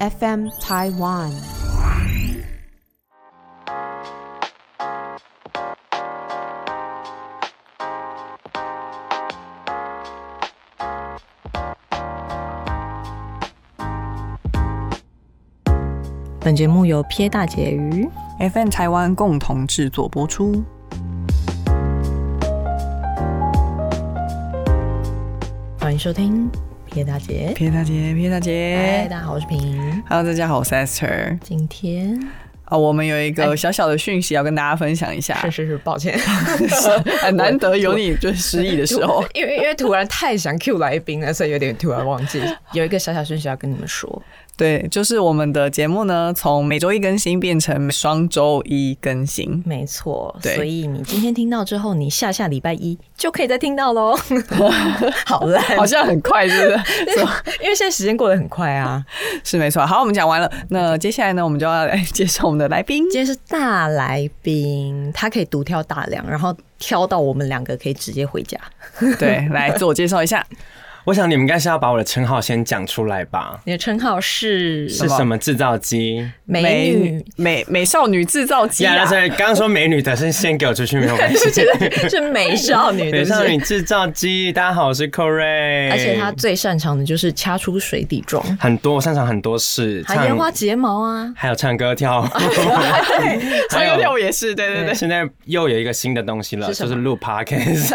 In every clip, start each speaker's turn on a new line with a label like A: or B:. A: FM Taiwan。
B: 本节目由撇大姐鱼
C: FM 台湾共同制作播出。
B: 欢迎收听撇大姐。
C: 撇大姐，撇大
B: 嗨，
C: 姐
B: 大家好，我是平。
C: ，Hello，大家好，我是 Esther。
B: 今天
C: 啊、我们有一
B: 哎
C: 个小小的讯息要跟大家分享一下，
B: 是是是，抱 歉，。
C: 很难得有你就是失忆的时候
B: 因为因为突然太想 Q 来宾了，所以有点突然忘记。有一个小小讯息要跟你们说，
C: 对，就是我们的节目呢，从每周一更新变成双周一更新。
B: 没错，
C: 对
B: 所以你今天听到之后，你下下礼拜一就可以再听到 喽。好烂，
C: 好像很快，是不是？
B: 因为现在时间过得很快啊。
C: 是没错。好，我们讲完了。
B: 嗯
C: 那接下来呢，我们就要来介绍我们的来宾。
B: 今天是大来宾，他可以独挑大梁，然后挑到我们两个可以直接回家。
C: 对，来自我介绍一下。
D: 我想你们应该是要把我的称号先讲出来吧？
B: 你的称号是
D: 是什么制造机？
B: 美女，
C: 美美少女制造机
D: 呀，
C: 啊
D: 那！是刚刚说美女的，是先给我出去没有 关系。
B: 是美少女，对
D: 美
B: 不对
D: 少女制造机，大家好，我是 Corey。
B: 而且她最擅长的就是掐出水底妆，
D: 很多，我擅长很多事，
B: 还烟花睫毛啊。
D: 还有唱歌跳 舞。
C: 唱
B: 哎
C: 歌跳舞也是，对对对。
D: 现在又有一个新的东西了，
B: 是什
D: 就
B: 么
D: 是录 podcast，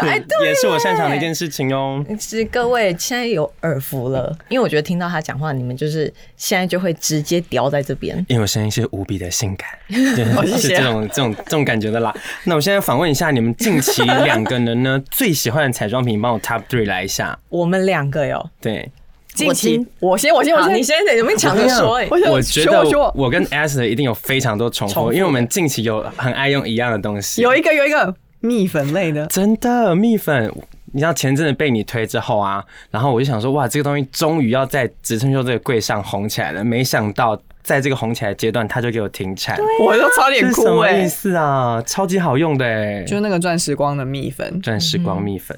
B: 哎对
D: 也是我擅长的一件事情哦。
B: 其实嗯各位现在有耳福了，因为我觉得听到她讲话，你们就是现在就会直接叼在这边。
D: 因为我声音是无比的性感，
C: 哦谢
D: 对，
C: 谢
D: 是这种这种这种感觉的啦。那我现在访问一下你们近期两个 人呢最喜欢的彩妆品，帮我 top three 来一下。
B: 我们两个哟，
D: 对，
C: 近期
B: 我
C: 我先我先我
B: 好，
C: 先
B: 你先等，你们抢着说、哎
C: 我想
D: 我觉
C: 学我学
D: 得
C: 我
D: 我跟 S 的一定有非常多重
B: 重复
D: 复，
B: 的
D: 因为我们近期有很爱用一样的东西。
C: 有一个有一个蜜粉类的，
D: 真的蜜粉，你知道前阵子被你推之后啊，然后我就想说，哇，这个东西终于要在植村秀这个柜上红起来了。没想到在这个红起来的阶段，它就给我停产，
C: 我都差
D: 这
C: 点
D: 是什
C: 哭
D: 么
C: 哎、
D: 意思啊？超级好用的哎、
C: 就是那嗯个钻石光的蜜粉，
D: 钻石光蜜粉，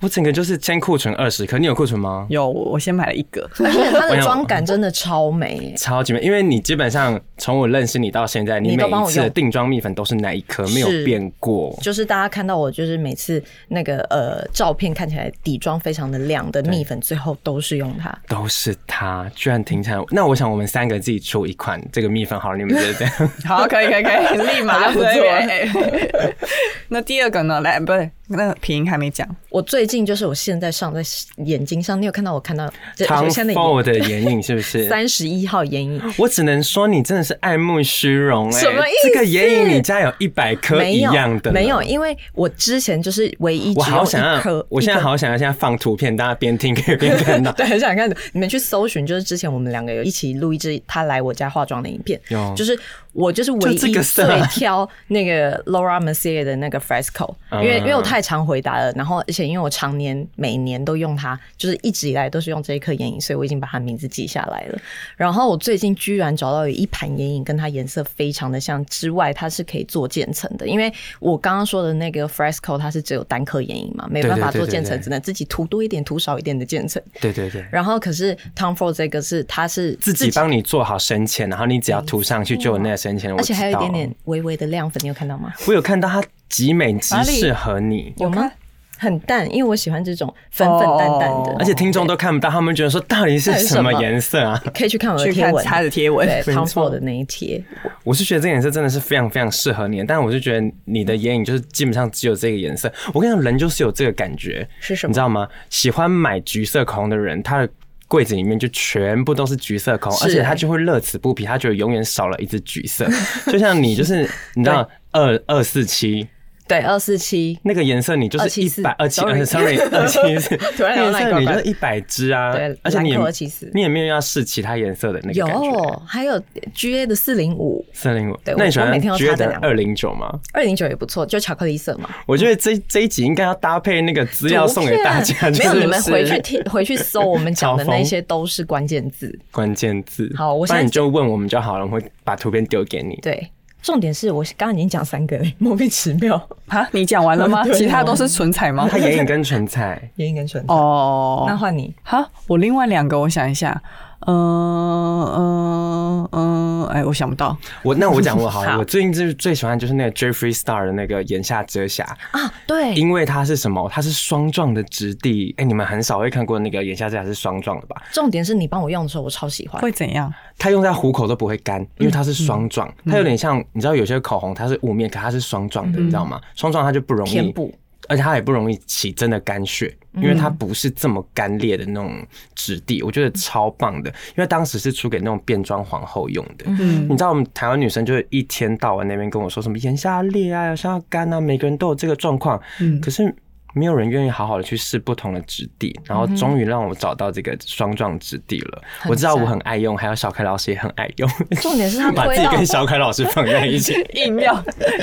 D: 我整个就是先库存二十颗，你有库存吗？
C: 有我我先买了一个，
B: 而且她的妆感真的超美、
D: 超级美，因为你基本上从我认识你到现在，
B: 你
D: 你每
B: 都帮
D: 一
B: 我
D: 次的
B: 用
D: 定妆蜜粉都是那一颗，没有
B: 是
D: 变过。
B: 就是大家看到我，就是每次那个呃照片看起来底妆非常的亮的蜜粉，最后都是用它。
D: 都是它，居然停产。那我想我们三个自己出一款这个蜜粉好了，你们觉得这样？
C: 好，可以可以可 以，立
B: 好
C: 马
B: 像不错
C: 对。 那第二个呢？来，不对，那个平还没讲，
B: 我最近就是我现在上在眼睛上，你有看到我看到 这我
D: Tom
B: 现在
D: Ford 的眼影是不是？
B: 三十一号眼影。
D: 我只能说你真的是爱慕虚荣哎、
B: 什么意思
D: 这个眼影你家有一百颗
B: 没
D: 一
B: 有
D: 样的，
B: 没有，。因为我之前就是唯一只
D: 我
B: 有
D: 好想
B: 一
D: 要
B: 颗，，。
D: 我现在好想要现在放图片，大家边听可以边看到
B: 对，很想看你们去搜寻，就是之前我们两个有一起录一支他来我家化妆的影片
D: 有，
B: 就是我就是唯一
D: 就这个色
B: 最挑那个 Laura Mercier 的那个 Fresco，因为
D: 嗯
B: 因为我太常回答了，然后而且因为我常年每年都用它，就是一直以来都是用这一颗眼影，所以我已经把它名字记下来了。然后我最近居然找到有一盘眼影跟它颜色非常的像，之外它是可以做渐层的，因为我刚刚说的那个 Fresco 它是只有单颗眼影嘛，没办法
D: 对对对
B: 做
D: 对
B: 渐层，
D: 对
B: 只能自己涂多一点、涂少一点的渐层。
D: 对对对，
B: 然后可是 Tom Ford 这个是它是
D: 自己，帮你做好深浅，然后你只要涂上去就有那个深浅。我
B: 嗯而且还有一
D: 知道
B: 点点，微微的亮粉，你有看到吗？
D: 我有看到它极美极
C: 哪里
D: 适合你。
B: 有吗？很淡，因为我喜欢这种粉粉淡淡的，
C: 哦
D: 而且听众都看不到，他们觉得说到底是
B: 到底是
D: 什么
B: 什么
D: 颜色啊？
B: 可以去看我的
C: 去
B: 贴
C: 看
B: 文，
C: 他的贴文，
B: 对 Tom
D: 错
B: Ford 的那一贴，
D: 我是觉得这个颜色真的是非常非常适合你的，但我就觉得你的眼影就是基本上只有这个颜色。我跟你讲，人就是有这个感觉，
B: 是什么
D: 你知道吗？喜欢买橘色口红的人，他的柜子里面就全部都是橘色口红，
B: 是
D: 而且他就会乐此不疲，他觉得永远少了一支橘色。就像你， 就是你知道二二四七。
B: 对，二四七。
D: 那个颜色你就是一
B: 274
D: 百二七二
B: sorry
D: ，sorry 二七四，
B: 突然想到
D: 那
B: 那
D: 颜
B: 个
D: 色你
B: 版
D: 就
B: 本
D: 一百支啊，
B: 对
D: 而且你也
B: 兰蔻274
D: 你也没有要试其他颜色的那个
B: 有
D: 感觉。，
B: 还有 G A 的四零五
D: 森林，
B: 对
D: 那你喜
B: 我
D: 欢
B: 每天都擦
D: G
B: 这
D: 的
B: 两个
D: 二零九吗？
B: 二零九也不错，就巧克力色嘛。
D: 我觉得这这一集应该要搭配那个资料送给大家，
B: 嗯图
D: 就
B: 片没有
D: 是
B: 你们
C: 是
B: 回去 听，回去搜我们讲的
D: 嘲讽
B: 那些都是关键字。
D: 关键字。
B: 好我
D: 不
B: 现在
D: 然你就问我们就好了，我们会把图片丢给你。
B: 对，重点是我刚刚已经讲三个了，莫名其妙。
C: 啊，你讲完了 吗？
B: 对
C: 其他都是唇彩吗？
D: 它眼影跟唇彩，
B: 眼影跟唇
C: 哦，
B: 那换你，
C: 好，我另外两个我想一下，嗯、呃、嗯、哎、我想不到，
D: 我那我讲我好了，
B: 好
D: 我最近就是最喜欢就是那个 Jeffree Star 的那个眼下遮瑕，
B: 啊，对，
D: 因为它是什么？它是霜状的质地。哎、你们很少会看过那个眼下遮瑕是霜状的吧？
B: 重点是你帮我用的时候，我超喜欢。
C: 会怎样？
D: 它用在虎口都不会干，因为它是霜状，
B: 嗯
D: 它有点像你知道有些口红它是雾面，可它是霜状的，你知道吗？霜状它就不容易
B: 填补，嗯
D: 而且它也不容易起真的干屑，因为它不是这么干裂的那种质地，我觉得超棒的。因为当时是出给那种变装皇后用的，
C: 嗯
D: 你知道我们台湾女生就是一天到晚那边跟我说什么眼下裂啊、眼下干啊，每个人都有这个状况，
C: 嗯
D: 可是没有人愿意好好的去试不同的质地，然后终于让我找到这个霜状质地了。
B: 很
D: 我知道我
B: 赞
D: 很爱用，还有小凯老师也很爱用，
B: 重点是它
D: 把
B: 推
D: 自己
B: 到
D: 跟小凯老师放在一起。
C: 硬要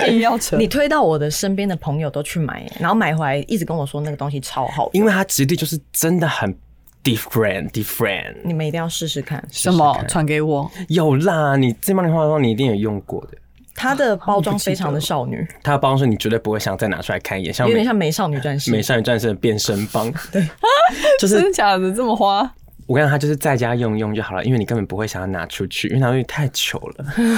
C: 硬要扯
B: 你推到我的身边的朋友都去买，然后买回来一直跟我说那个东西超好用，
D: 因为它质地就是真的很 different different。
B: 你们一定要试试看。
C: 什么传给我？
D: 有啦，你这帮你化妆，你一定有用过的。
B: 它的包装非常的少女，
D: 它的包装是你绝对不会想再拿出来看一眼，像
B: 有点
D: 美
B: 像美少女战
D: 美
B: 士。
D: 少女战士的变身棒。对，就是
C: 真的假的？这么花？
D: 我跟你讲，它就是在家用用就好了，因为你根本不会想要拿出去，因为拿出去太糗了。
C: 嗯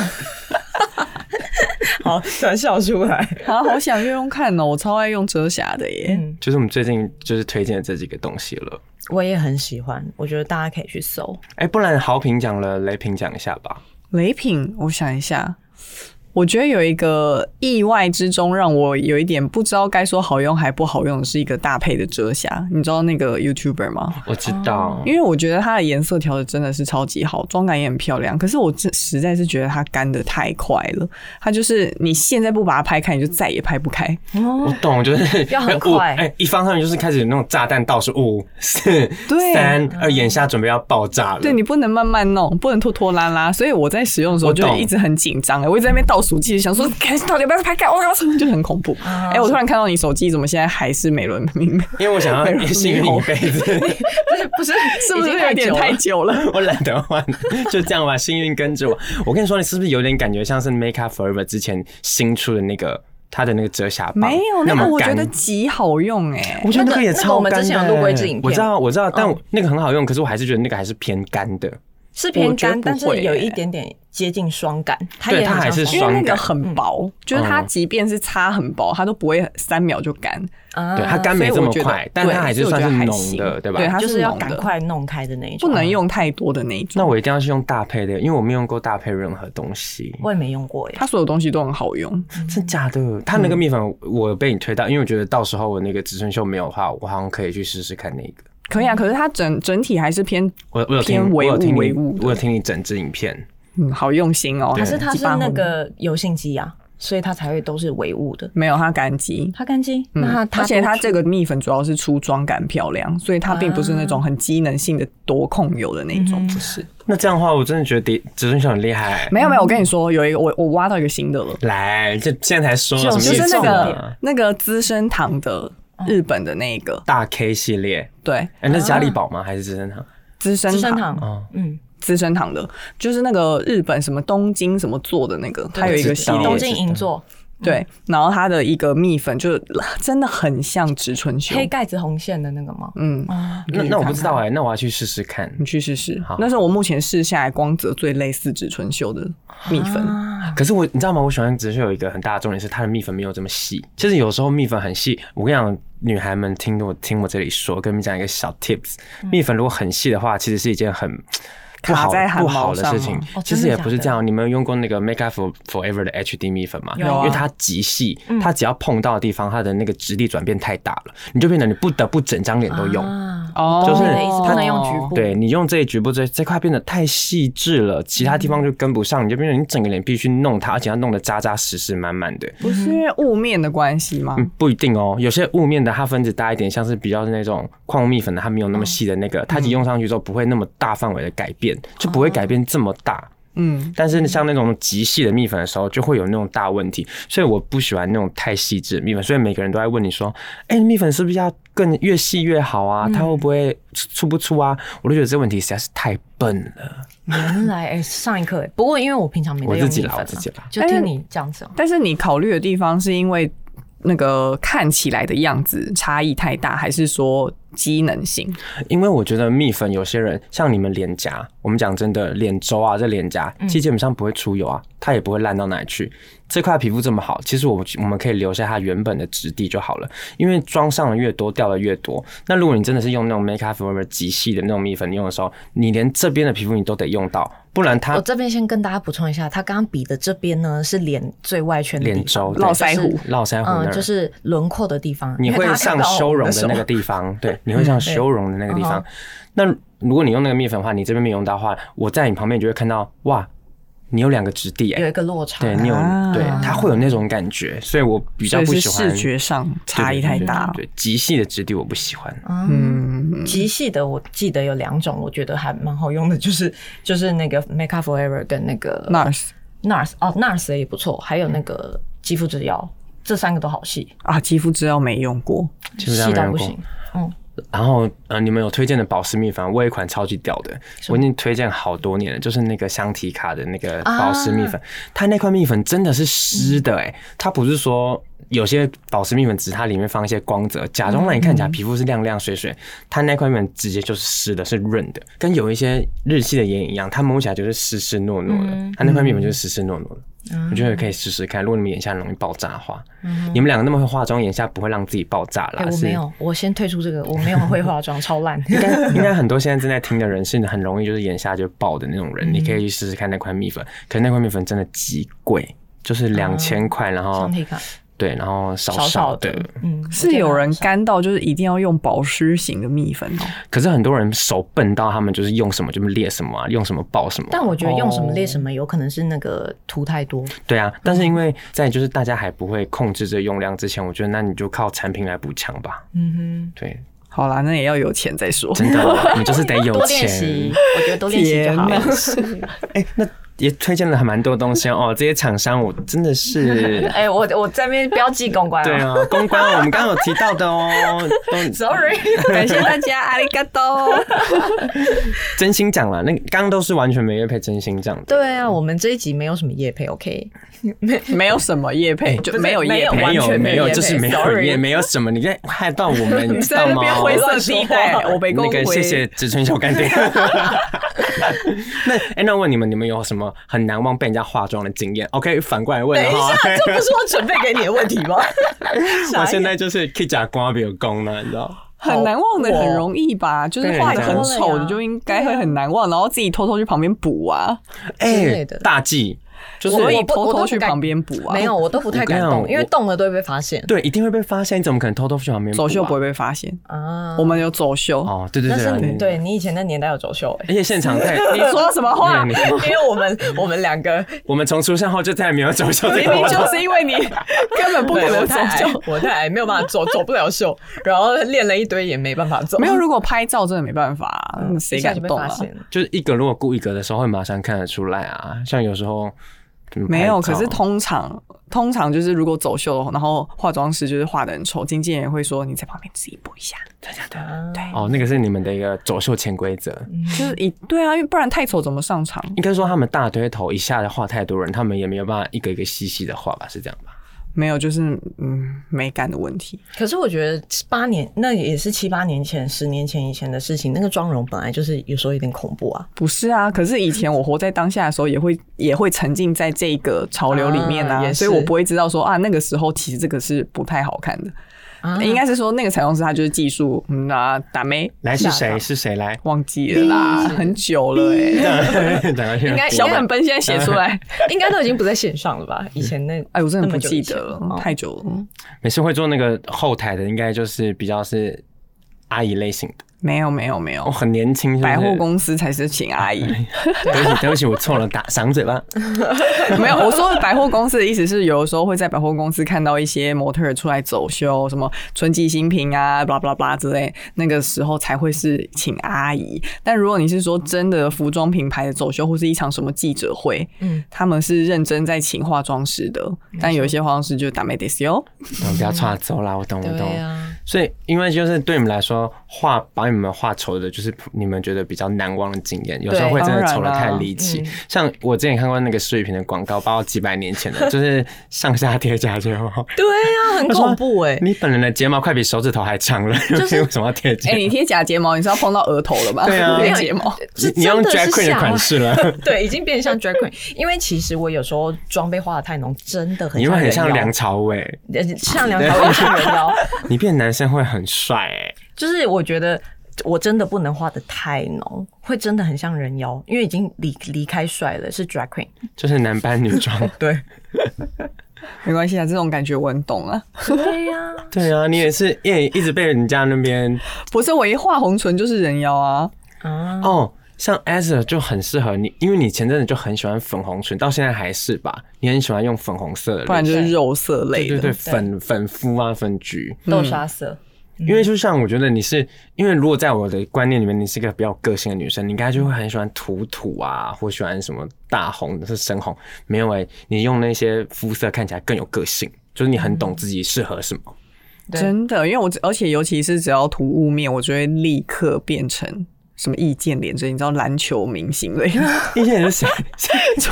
B: 好，突然笑出来。
C: 啊，好想用用看哦！我超爱用遮瑕的耶。
B: 嗯
D: 就是我们最近就是推荐的这几个东西了。
B: 我也很喜欢，我觉得大家可以去搜。
D: 哎、不然豪平讲了，雷平讲一下吧。
C: 雷品，我想一下，我觉得有一个意外之中让我有一点不知道该说好用还不好用的是一个搭配的遮瑕。你知道那个 YouTuber 吗？
D: 我知道，
C: 因为我觉得它的颜色调的真的是超级好，妆感也很漂亮。可是我这实在是觉得它干的太快了，它就是你现在不把它拍开，你就再也拍不开。
D: 我 懂，就是
B: 要很
D: 五
B: 快
D: 哎、一方上面就是开始有那种炸弹倒数五、四、
C: 对嗯
D: 三、二，眼下准备要爆炸了。
C: 对你不能慢慢弄，不能拖拖拉拉，所以我在使用的时候
D: 我
C: 就
D: 懂
C: 一直很紧张、欸，我一直在那边倒数计时，想说，看到底要不要拍开，我要什么，就很恐怖。哎、我突然看到你手机怎么现在还是美轮明媚，
D: 因为我想要也 幸运一 辈子，
B: 不是不是，
C: 是不是
B: 已经
C: 有点
B: 久了
C: 太久了？
D: 我懒得换， 就这样吧，幸运跟着我。我跟你说，你是不是有点感觉像是 Make Up Forever 之前新出的那个它的那个遮瑕棒？
C: 没有，
D: 那
C: 那个
D: 么
C: 我觉
D: 干
C: 得极好用哎、欸
D: 我觉得那
B: 那
D: 个
B: 个
D: 也
B: 那个
D: 超
B: 我们
D: 干的欸。
B: 之前有录过一支影片
D: 我知道，我知道，
C: 嗯
D: 但我那个很好用，可是我还是觉得那个还是偏干的。
B: 是偏
C: 我觉得
B: 干，
C: 不
B: 但是
C: 会
B: 有
C: 欸
B: 一点点接近双感，它
D: 对
B: 也
D: 它
B: 很
D: 还
B: 像
D: 是
C: 因
B: 双
C: 为
D: 爽
C: 那
D: 感
C: 个很薄，就是它即便是擦很薄，它都不会三秒就干。
B: 感
D: 对，它干
C: 嗯所以
D: 没这
C: 我
D: 么
C: 觉得
D: 快，但它
C: 对
D: 还是
C: 所以我
D: 算
C: 觉
D: 是
C: 得还
D: 浓
C: 行
D: 的，对吧？
C: 对它
B: 啊就是是要
C: 浓的
B: 赶快弄开的那一种，啊
C: 不能。用太多的那一种。
D: 那我一定要去用大配的，因为我没用过大配任何东西。
B: 我也没用过耶，
C: 它所有东西都很好用，
D: 真假的？它
C: 嗯
D: 那个蜜粉我被你推到，因为我觉得到时候我那个植村秀没有的话，我好像可以去试试看那个。
C: 可以啊。可是它整整体还是偏
D: 我我有听，
C: 偏
D: 我
C: 唯
D: 有
C: 物
D: 听
C: 唯
D: 你
C: 物，的
D: 我有听你整支影片。
C: 嗯好用心哦。
B: 可是它
C: 几
B: 是
C: 把
B: 那
C: 红
B: 个油性肌啊，所以它才会都是唯物的。
C: 没有，它干肌。
B: 它干肌，
D: 嗯
B: 那它
C: 嗯而且它
B: 它
C: 这个蜜粉主要是出妆感漂亮，所以它并不是那种
B: 啊
C: 很机能性的多控油的那
B: 嗯
C: 种，不是。
D: 那这样的话，我真的觉得植村秀很厉害。
C: 没有没有，我
B: 嗯
C: 跟你说，有一个我我挖到一个新的了，
D: 来，这现在才说
B: 就
D: 什么
C: 就
D: 意
C: 是
D: 思
C: 那
D: 啊
C: 个那个资生堂的
B: 嗯
C: 日本的那一个，
D: 大 K 系列，
C: 对，
D: 哎，那是家力宝吗？还是资生堂？
C: 资生
B: 资生
C: 堂
B: 堂，
D: 哦，
B: 嗯，
C: 资生堂的，就是那个日本什么东京什么做的那个，它有一个系
D: 我知道
B: 东
C: 列，
B: 京银座，
C: 对，然后它的一个蜜粉就真的很像植村秀，
B: 黑盖子红线的那个吗？
C: 嗯，
B: 啊，
D: 那
C: 你去
D: 那我不
C: 看
D: 知道哎，那我要去试试看。
C: 你去试试
D: 好，
C: 那是我目前试下来光泽最类似植村秀的蜜
B: 啊
C: 粉。
D: 可是我，你知道吗？我喜欢植村秀有一个很大的重点是它的蜜粉没有这么细。其实有时候蜜粉很细，我跟你讲，女孩们听我听我这里说，跟你们讲一个小 tips：蜜
B: 嗯
D: 粉如果很细的话，其实是一件很。不好
C: 卡在汗
D: 不
C: 毛
D: 好的
C: 上
D: 事
C: 吗
D: 情
B: 哦，真的
D: 其实也
B: 假
D: 不是
B: 的
D: 这样。你们有用过那个 Make Up For Forever 的 HD 蜜粉吗？
B: 有
D: 因
B: 啊嗯
D: 为它极细，它只要碰到的地方，它的那个质地转变太大了，你就变得你不得不整张脸都用。
B: 啊
C: 哦
D: 就是
B: 它不能用局部
D: 对你用这一局部这这块变得太细致了，其他地方就跟不上，你就变成你整个脸必须弄它，而且要弄得扎扎实实、满满的。
C: 不是因为雾面的关系吗？
D: 嗯，不一定哦，有些雾面的它分子大一点，像是比较那种矿物蜜粉的，它没有那么细的那个，它一用上去之后不会那么大范围的改变，就不会改变这么大。
C: 嗯，
D: 但是像那种极细的蜜粉的时候，就会有那种大问题，所以我不喜欢那种太细致的蜜粉。所以每个人都在问你说：“哎、蜜粉是不是要更越细越好啊？它会不会粗不粗啊？”我都觉得这问题实在是太笨了。
B: 原来哎，上一课哎，不过因为我平常没在
D: 我
B: 用
D: 自己
B: 蜜
D: 啦
B: 粉
D: 我
B: 啊
D: 自己啦，
B: 就听你这样讲，
C: 但是你考虑的地方是因为那个看起来的样子差异太大，还是说机能性？
D: 因为我觉得蜜粉有些人像你们脸颊，我们讲真的，脸周啊这脸颊，
B: 嗯
D: 其实基本上不会出油啊，它也不会烂到哪里去。这块皮肤这么好，其实我们我们可以留下它原本的质地就好了，因为妆上的越多，掉的越多。那如果你真的是用那种 Make Up Forever 极细的那种蜜粉，你用的时候，你连这边的皮肤你都得用到，不然它
B: 我这边先跟大家补充一下，他刚刚比的这边呢是脸最外圈的地方
D: 脸周
C: 络腮胡，
D: 络腮胡那
B: 嗯，
D: 儿。
B: 就是轮廓的地方。
D: 你
B: 因为
D: 会
B: 他看
D: 上
B: 到我
D: 修容
B: 手
D: 的那个地方，对，你会上修容的那个地
B: 嗯
D: 方。那如果你用那个蜜粉的话，你这边没用到的话，我在你旁边就会看到，哇，你有两个质地哎、
B: 有一个落差。
D: 对你有，
C: 啊
D: 对，它会有那种感觉，所以我比较
C: 所以
D: 不
C: 是
D: 喜欢
C: 视觉上
D: 对对
C: 差异太大了。
D: 对对对对极细的质地我不喜欢。
B: 嗯，
C: 嗯，
B: 极细的我记得有两种，我觉得还蛮好用的，就是就是那个 Make Up Forever 跟那个
C: 那是
B: NARS 哦 NARS 也不错，还有那个肌肤之钥，这三个都好细，
C: 啊，肌肤之钥没用过，
D: 基本上
B: 细
D: 没
B: 到
D: 用
B: 不
D: 过
B: 行。
D: 然后呃，你们有推荐的保湿蜜粉，我有一款超级屌的，我已经推荐好多年了，就是那个香缇卡的那个保湿蜜
B: 啊
D: 粉，它那块蜜粉真的是湿的哎、它不是说。有些保湿蜜粉只是它里面放一些光泽，假装让你
B: 嗯
D: 看起来皮肤是亮亮水水，它那块蜜粉直接就是湿的，是润的，跟有一些日系的眼影一样，它摸起来就是湿湿糯糯的，
B: 嗯
D: 它那块蜜粉就是湿湿糯糯的。我觉得可以试试看，如果你们眼下容易爆炸的话，你们两个那么会化妆，眼下不会让自己爆炸啦。
B: 嗯哎，我
D: 是
B: 没有，我先退出这个，我没有会化妆，超烂。
D: 应 该应该很多现在正在听的人是很容易就是眼下就爆的那种
B: 嗯
D: 人，你可以去试试看那块蜜粉，可是那块蜜粉真的极贵，就是
B: 啊
D: 两千块，然后
B: 香缇卡
D: 对，然后哦少
B: 少少
D: 的
B: 的，，嗯，我
C: 是
B: 觉得
C: 有
B: 还
C: 人
B: 少
C: 干到就是一定要用保湿型的蜜粉哦。
D: 可是很多人手笨到他们就是用什么就裂什么啊，用什么爆什么啊，
B: 但我觉得用什么
C: 哦
B: 列什么，有可能是那个涂太多。
D: 对啊，但是因
B: 嗯
D: 为在就是大家还不会控制这用量之前，我觉得那你就靠产品来补强吧，
B: 嗯
D: 对，
C: 好啦，那也要有钱再 说。
D: 真的，你就是得
B: 哼，
D: 有
B: 多练习
D: 钱。，
B: 我觉得多练习就好
C: 天
B: 了。。
D: 也推荐了还蛮多东西哦，这些厂商我真的是
B: 哎，我我这边标记公关
D: 对
B: 了
D: 啊，公关我们刚刚有提到的哦， 都
B: ，sorry，
C: 感谢大家，阿里嘎多。
D: 真心讲啦，那个刚刚都是完全没乐配，真心讲的。
B: 对啊，我们这一集没有什么夜配，OK？
C: 没有什么叶配，就没有叶
B: 没
C: 配，
B: 有
D: 哎没
B: 完
D: 有
B: 全
D: 没
B: 没
D: 有，
B: 业配
D: 就是没有
B: sorry
D: 也没有什么，你在害到 我 们，你知道
C: 在那
D: 吗？
C: 边灰色地带，我被
D: 那个谢谢植村小 干爹。那哎、那我问你们，你们有什么很难忘被人家化妆的经验？OK，反过来问哈，
B: 这不是我准备给你的问题吗？
D: 我现在就是 K 甲瓜比有功呢，你知道？
C: 很难忘的很容易吧？就是画的很丑的就应该会很难忘，然后自己偷偷去旁边补啊，
B: 之
D: 哎、
B: 类的
D: 大忌就是
C: 所以
B: 我不
C: 偷偷去旁边补啊。
B: 没有，，我都不太敢
D: 我跟你
B: 动，
D: 讲
B: 因为
D: 我
B: 动了都会被发现
D: 对，一定会被发现，你怎么可能偷偷去旁边、啊？
C: 走秀不会被发现。
B: 啊。
C: 我们有走秀，
D: 哦，对对
B: 但
D: 对
B: 是
D: 啊，
B: 你
D: 你
B: 对你以前那年代有走秀 哎，
D: 而且现场 在
C: 你说什么话？
D: 你
B: 因为我们我们两个
D: 我们从出生后就再也没有走秀这
C: 明
D: 个
C: 明
D: 活动
C: 就。是因为你 根 本不可
B: 对
C: 能
B: 我
C: 走
B: 太矮
C: 秀。，
B: 我太矮没有办法走，走不了秀，然后练了一堆也没办法走，嗯
C: 没有，如果拍照真的没办法啊，那谁
B: 一下
C: 敢
B: 就被
C: 动
B: 发
C: 啊？
B: 现了。
D: 就是一格如果顾一格的时候，会马上看得出来啊。像有时候嗯
C: 没有，
D: 拍
C: 可
D: 照
C: 是通常通常就是如果走秀，然后化妆师就是画的很丑，经纪人也会说你在旁边自己补一下，
D: 哦，那个是你们的一个走秀潜规则。
C: 就是一对啊，因为不然太丑怎么上场？
D: 应该说他们大堆头一下子画太多人，他们也没有办法一个一个细细的画吧，是这样吧？
C: 没有，就是嗯美感的问题。
B: 可是我觉得八年那也是七八年前、十年前以前的事情，那个妆容本来就是有时候有点恐怖啊。
C: 不是啊，可是以前我活在当下的时候，也会也会沉浸在这个潮流里面
B: 啊
C: 啊，
B: 也是
C: 所以我不会知道说啊，那个时候其实这个是不太好看的。
B: 啊
C: 应该是说那个彩妆师他就是技术，嗯啊，打妹？
D: 来是谁？
B: 吓
D: 是谁来
C: 忘记了啦，很久了哎、
D: 讲到现
B: 嗯应
D: 在
B: 该
C: 小本本现在写出来，
B: 应该都已经不在线上了吧？以前那
C: 哎，我真的
B: 那
C: 不
B: 么久以
C: 记
B: 前
C: 得了，
B: 哦
C: 太久了。
D: 每次会做那个后台的，应该就是比较是阿姨类型的。
C: 没有没有没
D: 哦，
C: 有，
D: 很年轻，是不是
C: 百货。公司才是请阿姨，
D: 对不起，对不起，我错了，打哦赏嘴巴。
C: 没有。我说的百货公司的意思是，有的时候会在百货公司看到一些模特儿出来走秀，什么春季新品啊，巴拉巴拉巴拉之类，那个时候才会是请阿姨。但如果你是说真的服装品牌的走秀，或是一场什么记者会，嗯，他们是认真在请化妆师的，但有一些化妆师就打没得 s 哦。
D: 啊我不要岔走啦，我懂，我懂。
B: 啊，
D: 所以因为就是对你们来说，画把你们画丑的，就是你们觉得比较难忘的经验，有时候
B: 对
D: 会真
C: 当
D: 的
C: 然
D: 丑的
C: 啦
D: 太离奇。
B: 嗯
D: 像我之前看过那个视频的广告，不知道几百年前 的，就是上下贴假睫毛。
B: 对啊，很
D: 他说
B: 恐怖哎、
D: 你本人的睫毛快比手指头还长了，
B: 是
D: 为什么要贴睫
C: 哎、
D: 毛？
C: 你贴假睫毛，你是要碰到额头了吧？
D: 对啊
C: 贴睫毛。
B: 这
D: 你你用
B: 真的是
D: drag queen 的
B: 吓
D: 款
B: 坏
D: 式了，
B: 对，已经变得像 drag queen，因为其实我有时候妆被画的太浓，真的很
D: 你会很像
B: 人
D: 梁朝伟，
B: 妖，呃像梁朝伟像人妖，
D: 你变男生会很帅哎、
B: 就是我觉得我真的不能画的太浓，会真的很像人妖，因为已经离离开帅了，是 drag queen。
D: 就是男扮女装。
B: 对，
C: 没关系啊，这种感觉我很懂啊。
B: 对呀、
D: 对啊，你也是，也一直被人家那边
C: 不是我一画红唇就是人妖啊，
B: 啊，啊，
D: 哦。像 a s a 就很适合你，因为你前阵子就很喜欢粉红唇，到现在还是吧？你很喜欢用粉红色的，
C: 不然就是肉色类
D: 对
C: 的。
D: 对对，粉粉肤啊，粉橘。
B: 豆沙色，
D: 因为就像我觉得你是，因为如果在我的观念里面，你是一个比较有个性的女生，你应该就会很喜欢土土啊，或喜欢什么大红是深红。没有哎、你用那些肤色看起来更有个性，就是你很懂自己适合什么。
B: 对
C: 真的，因为我只而且尤其是只要涂雾面，我就会立刻变成什么意见连着，你知道篮球明星类
D: 一些人是谁？谁
C: 就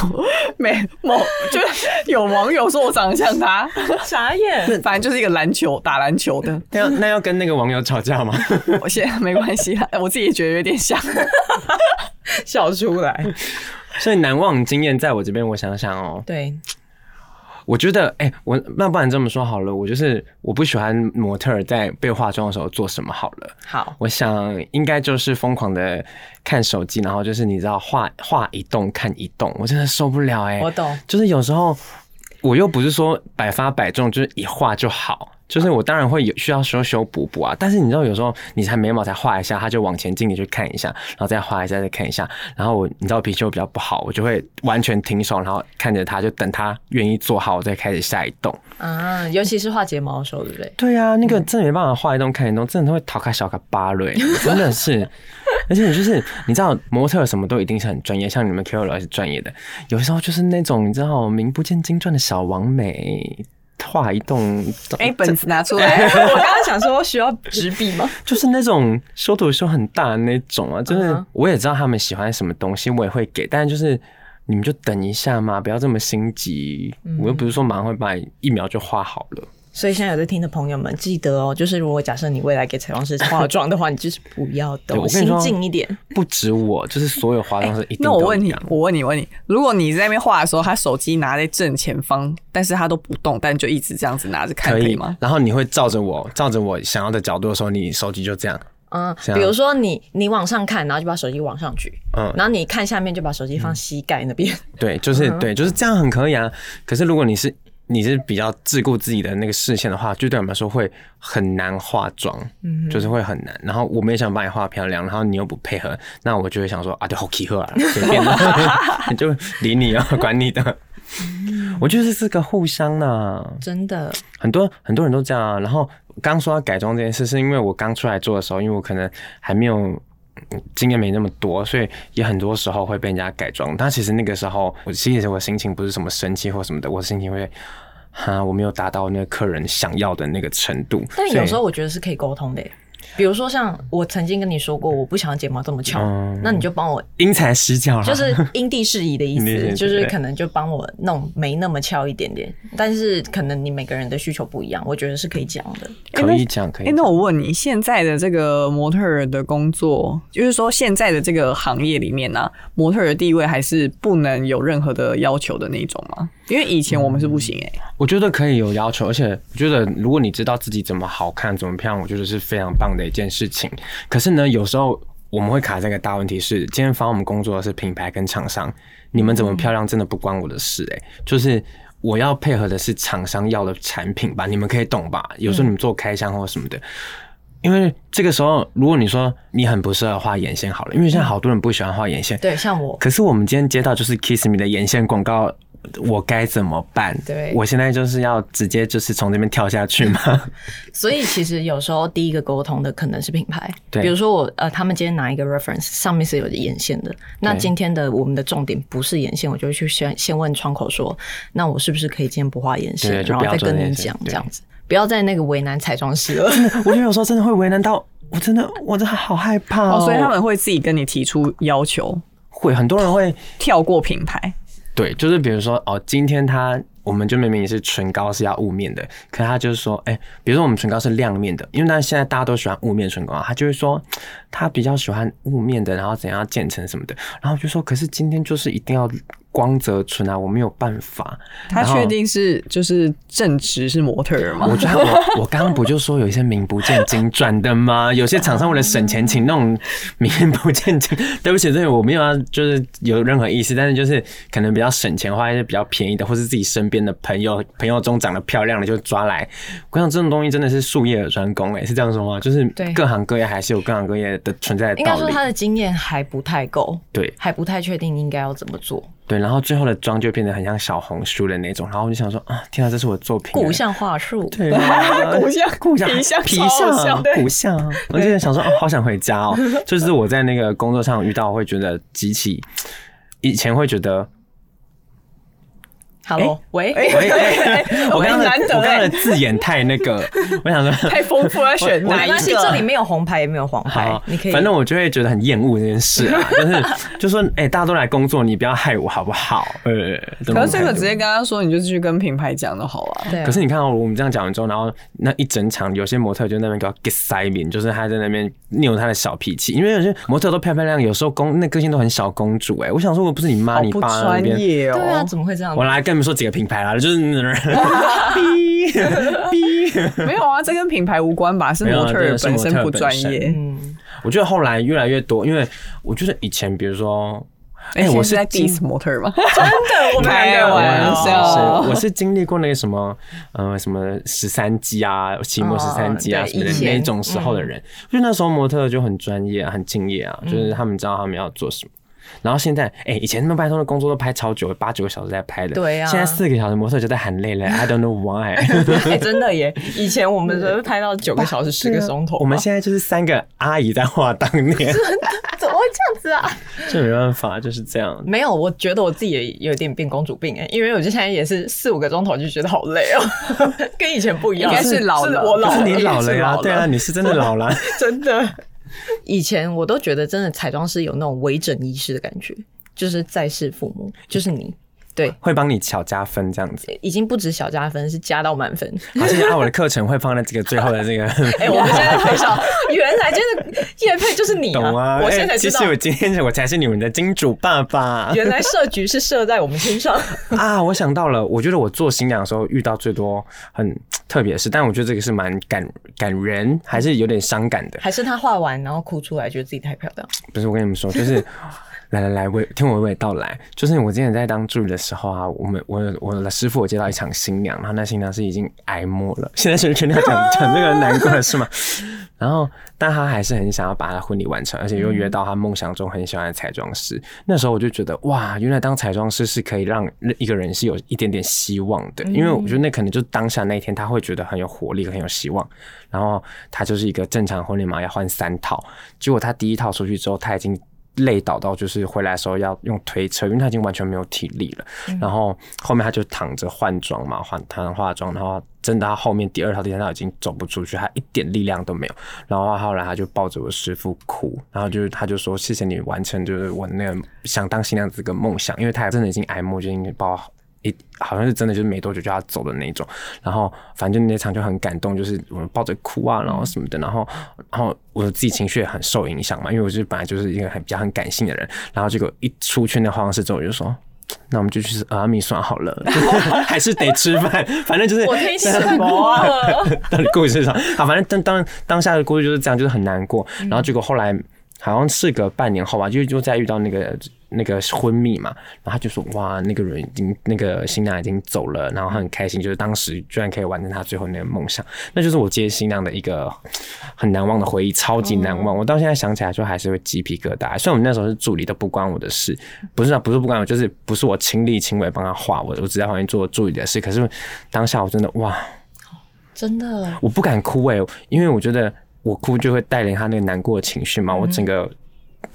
C: 没某就是有网友说我长得像他，
B: 嗯傻眼。
C: 反正就是一个篮球打篮球的。
D: 那要 那要跟那个网友吵架吗？
C: 我现在没关系啦，我自己也觉得有点像，笑出来。
D: 所以难忘经验在我这边，我想想哦，
B: 对，
D: 我觉得，哎、我那不然这么说好了，我就是我不喜欢模特儿在被化妆的时候做什么好了。
B: 好，
D: 我想应该就是疯狂的看手机，然后就是你知道画画一动看一动，我真的受不了哎、
B: 我懂。
D: 就是有时候我又不是说百发百中，就是一画就好。就是我当然会有需要修修补补啊，但是你知道有时候你才眉毛才画一下，它就往前进，你去看一下，然后再画一下，再看一下，然后我你知道脾气又比较不好，我就会完全停手，然后看着它，就等它愿意做好，我再开始下一动。
B: 啊，尤其是画睫毛的时候，对不 对？
D: 对啊，那个真的没办法画一动看一动，真的会逃开小卡巴瑞， 真的是。而且就是你知道，模特什么都一定是很专业，像你们 KOL 是专业的，有时候就是那种你知道名不见经传的小王美。画一动，
C: 哎、本子拿出 来，
B: 我刚刚想说需要纸笔吗？
D: 就是那种修图修很大的那种啊，就是
B: 嗯哼
D: 我也知道他们喜欢什么东西，我也会给，但就是你们就等一下嘛，不要这么心急。我又不是说马上会把你一秒就画好了。
B: 所以现在有在听的朋友们，记得哦，就是如果假设你未来给彩妆师化妆的话，你就是不要动，
D: 对我跟你
B: 心
D: 说
B: 静一点。
D: 不止我，就是所有化妆师一
C: 哎
D: 定
C: 那
D: 都
C: 我
D: 一样。
C: 问你，我问你，我问你，如果你在那边画的时候，他手机拿在正前方，但是他都不动，但就一直这样子拿着看，
D: 可
C: 可以
D: 以
C: 吗？？
D: 然后你会照着我，照着我想要的角度的时候，你手机就这样，
B: 嗯，
D: 这样
B: 比如说你你往上看，然后就把手机往上举，
D: 嗯，
B: 然后你看下面就把手机放膝盖那边。
D: 对，就是、
C: 嗯
D: 对，就是这样很可以啊。可是如果你是你是比较自顾自己的那个视线的话，就对我们来说会很难化妆，嗯，就是会很难。然后我们也想把你画漂亮，然后你又不配合，那我就会想说啊，对，好奇 喝啊，随便 啦，就理你啊，管你的。
C: 嗯
D: 我觉得这是个互相啊呢、
B: 真的，
D: 很多很多人都这样啊。然后刚说到改装这件事，是因为我刚出来做的时候，因为我可能还没有嗯经验没那么多，所以也很多时候会被人家改装。但其实那个时候，我其实我心情不是什么生气或什么的，我心情会。哈，我没有达到那个客人想要的那个程度，
B: 但有时
D: 候
B: 候我觉得是可以沟通的耶。比如说像我曾经跟你说过，我不想要睫毛这么翘，
D: 嗯
B: 那你就帮我，
D: 因材施教啊啦，
B: 就是 因地制宜的意
D: 因地制宜
B: 思，
D: 对
B: 就是可能就帮我弄没那么翘一点点。但是可能你每个人的需求不一样，我觉得是可以讲的。
D: 可以讲，可
C: 哎、
D: 以
C: 那我问你，现在的这个模特儿的工作，就是说现在的这个行业里面呢、啊模特儿的地位还是不能有任何的要求的那种吗？因为以前我们是不行哎、
D: 我觉得可以有要求，而且我觉得如果你知道自己怎么好看、怎么漂亮，我觉得是非常棒的一件事情。可是呢，有时候我们会卡在一个大问题是，今天帮我们工作的是品牌跟厂商，你们怎么漂亮真的不关我的事、欸，就是。我要配合的是厂商要的产品吧，你们可以懂吧？有时候你们做开箱或什么的，因为这个时候如果你说你很不适合画眼线好了，因为现在好多人不喜欢画眼线，
B: 对，像我，
D: 可是我们今天接到就是 Kiss Me 的眼线广告，我该怎么办？
B: 对
D: 我现在就是要直接就是从这边跳下去吗？
B: 所以其实有时候第一个沟通的可能是品牌，
D: 对
B: 比如说我呃，他们今天拿一个 reference，上面是有眼线的。那
D: 对
B: 今天的我们的重点不是眼线，我就会去先先问窗口说，那我是不是可以今天不画眼线
D: 对，就
B: 然后
D: 不要
B: 再
D: 做
B: 跟
D: 眼
B: 你
D: 线
B: 讲
D: 对
B: 这样子。不要再那个为难彩妆师 了。
D: 我觉得有时候真的会为难到我，真的我真的好害怕哦。
C: 哦，所以他们会自己跟你提出要求，
D: 会很多人会
C: 跳过品牌。
D: 对，就是比如说哦，今天他我们就明明是唇膏是要雾面的，可他就是说，哎、比如说我们唇膏是亮面的，因为但现在大家都喜欢雾面唇膏啊，他就会说他比较喜欢雾面的，然后怎样渐层什么的，然后就说，可是今天就是一定要光泽唇啊，我没有办法。
C: 他
D: 然后
C: 确定是就是正职是模特儿吗？
D: 我觉得我我刚刚不就说有一些名不见经传的吗？有些厂商为了省钱，请那种名不见经。 对不起，对我没有要就是有任何意思，但是就是可能比较省钱，花一些比较便宜的，或是自己身边的朋友朋友中长得漂亮的就抓来。我想这种东西真的是术业有专攻、欸，哎，是这样说吗？就是
B: 对
D: 各行各业还是有各行各业的存在的
B: 应该
D: 道
B: 说
D: 理。
B: 他的经验还不太够，
D: 对
B: 还不太确定应该要怎么做，
D: 对，然后最后的妆就变得很像小红书的那种，然后我就想说啊，天啊，这是我的作品欸、
B: 骨相话术。
D: 对 啊
C: 骨相
D: 骨相、
C: 皮相
D: 皮
C: 超好笑
D: 相、
C: 对
D: 骨相，我就想说，哦，好想回家 哦。就是我在那个工作上遇到，会觉得极其，以前会觉 得，
B: Hello，、
C: 喂，
D: 喂， 哎我刚刚的
C: 难得欸
D: 我刚刚的字眼太 那个，我想说，
C: 太丰富了，选
B: 没
C: 哪一
B: 关系，
C: 个？
B: 这里没有红牌也没有黄牌
D: 好，
B: 你可以。
D: 反正我就会觉得很厌恶这件事啊，就是就说，哎、大家都来工作，你不要害我好不好？呃，这种
C: 可是这
D: 态
C: 个
D: 度
C: 直接跟他说，你就去跟品牌讲就好了。
B: 对啊、
D: 可是你看、哦，我们这样讲完之后，然后那一整场有些模特就在那边给我 get 塞脸，就是他在那边拗他的小脾气，因为有些模特都漂漂亮亮，有时候公那个性都很小公主哎、我想说我不是你妈
C: 好
D: 你
C: 不
D: 爸那
C: 专
D: 边。
C: 业
B: 对啊，
C: 哦，
B: 怎么会这样
D: 我？来跟你们说几个品牌啦，就是 逼逼。
C: 没有啊，这跟品牌无关吧？是
D: 没有啊
C: 模特儿
D: 这
C: 本
D: 个是模特
C: 身
D: 儿
C: 不
D: 本
C: 专
D: 身
C: 业。
B: 嗯，
D: 我觉得后来越来越多，因为我觉得以前比如说，哎、我是
C: 现在在
D: 经
C: diss 模特儿吗？真的，我
B: 开
C: 开
B: 玩哦
C: 玩
D: 哦是
C: 笑
D: 我。是经历过那个什么，呃，什么十三季啊，期末
B: 哦
D: 十三季啊
B: 对
D: 什么的
B: 以前嗯
D: 那种时候的人，就那时候模特就很专业啊，很敬业啊，就是他们知道他们要做什么。然后现在，哎、以前他们拜托的工作都拍超久，八九个小时在拍的，
B: 对啊
D: 现在四个小时模特就在喊累 了，I don't know why。
B: 哎、真的耶！以前我们都是拍到九个小时、十个钟头吧，
D: 我们现在就是三个阿姨在画当 年，
B: 怎么会这样子啊？
D: 这没办法，就是这样。
B: 没有，我觉得我自己也有点变公主病哎、因为我就现在也是四五个钟头就觉得好累哦、 跟以前不一样，
C: 应该是老了
B: 是我老
D: 可
B: 了，
D: 是你老了
B: 一
D: 呀，
B: 定是
D: 对啊，你是真的老了。
B: 真的。以前我都觉得真的彩妆师有那种微整医师的感觉，就是在世父母，就是你，对，
D: 会帮你巧加分这样子，
B: 已经不止小加分，是加到满分。
D: 好，谢谢啊！我的课程会放在这个最后的这个
B: 哎、我们现在回想，原来真的叶佩就是你
D: 懂啊！
B: 我现在才
D: 哎
B: 知道
D: 其实，我今天我才是你们的金主爸爸
B: 原来设局是设在我们身上。
D: 啊！我想到了，我觉得我做新娘的时候遇到最多很特别的事，但我觉得这个是蛮感感人，还是有点伤感 的。
B: 还是她画完然后哭出来，觉得自己太漂亮。
D: 不是我跟你们说，就是来来来，我听我娓娓道来。就是我之前在当助理的时候啊，我们我我的师傅我接到一场新娘，然后那新娘是已经癌末了，现在是全要讲讲这个难过的事嘛。然后，但他还是很想要把他的婚礼完成，而且又约到他梦想中很喜欢的彩妆师。那时候我就觉得，哇，原来当彩妆师是可以让一个人是有一点点希望的，因为我觉得那可能就当下那一天他会觉得很有活力，很有希望。然后他就是一个正常婚礼嘛，要换三套，结果他第一套出去之后，他已经累倒到就是回来的时候要用推车，因为他已经完全没有体力了。然后后面他就躺着换装嘛，换躺化妆，然后真的他后面第二套、第三套已经走不出去，他一点力量都没有。然后后来他就抱着我师傅哭，然后就是他就说谢谢你完成就是我那个想当新娘子这个梦想，因为他真的已经癌末，就已经包。一好像是真的，就是没多久就要走的那种。然后反正那场就很感动，就是我抱着哭啊，然后什么的，然后然后我自己情绪也很受影响嘛，因为我是本来就是一个很比较很感性的人，然后结果一出去那化妆室之后，我就说。那我们就去吃阿米算好了，还是得吃饭，反正就是
B: 我听起什么啊？
D: 到底故事是啥？好，反正当当当下的故事就是这样，就是很难过。然后结果后来好像事隔半年后吧，就就再遇到那个那个婚蜜嘛，然后他就说哇，那个人已经那个新娘已经走了，然后很开心，就是当时居然可以完成他最后那个梦想，那就是我接新娘的一个很难忘的回忆，超级难忘。我到现在想起来就还是会鸡皮疙瘩。虽然我们那时候是助理，都不关我的事，不是啊，不是不关我，就是不是我亲力亲为帮他画，我我只在旁边做助理的事。可是当下我真的哇。
B: 真的，
D: 欸
B: 嗯
D: 我不敢哭哎、因为我觉得我哭就会带领他那个难过的情绪嘛，我整个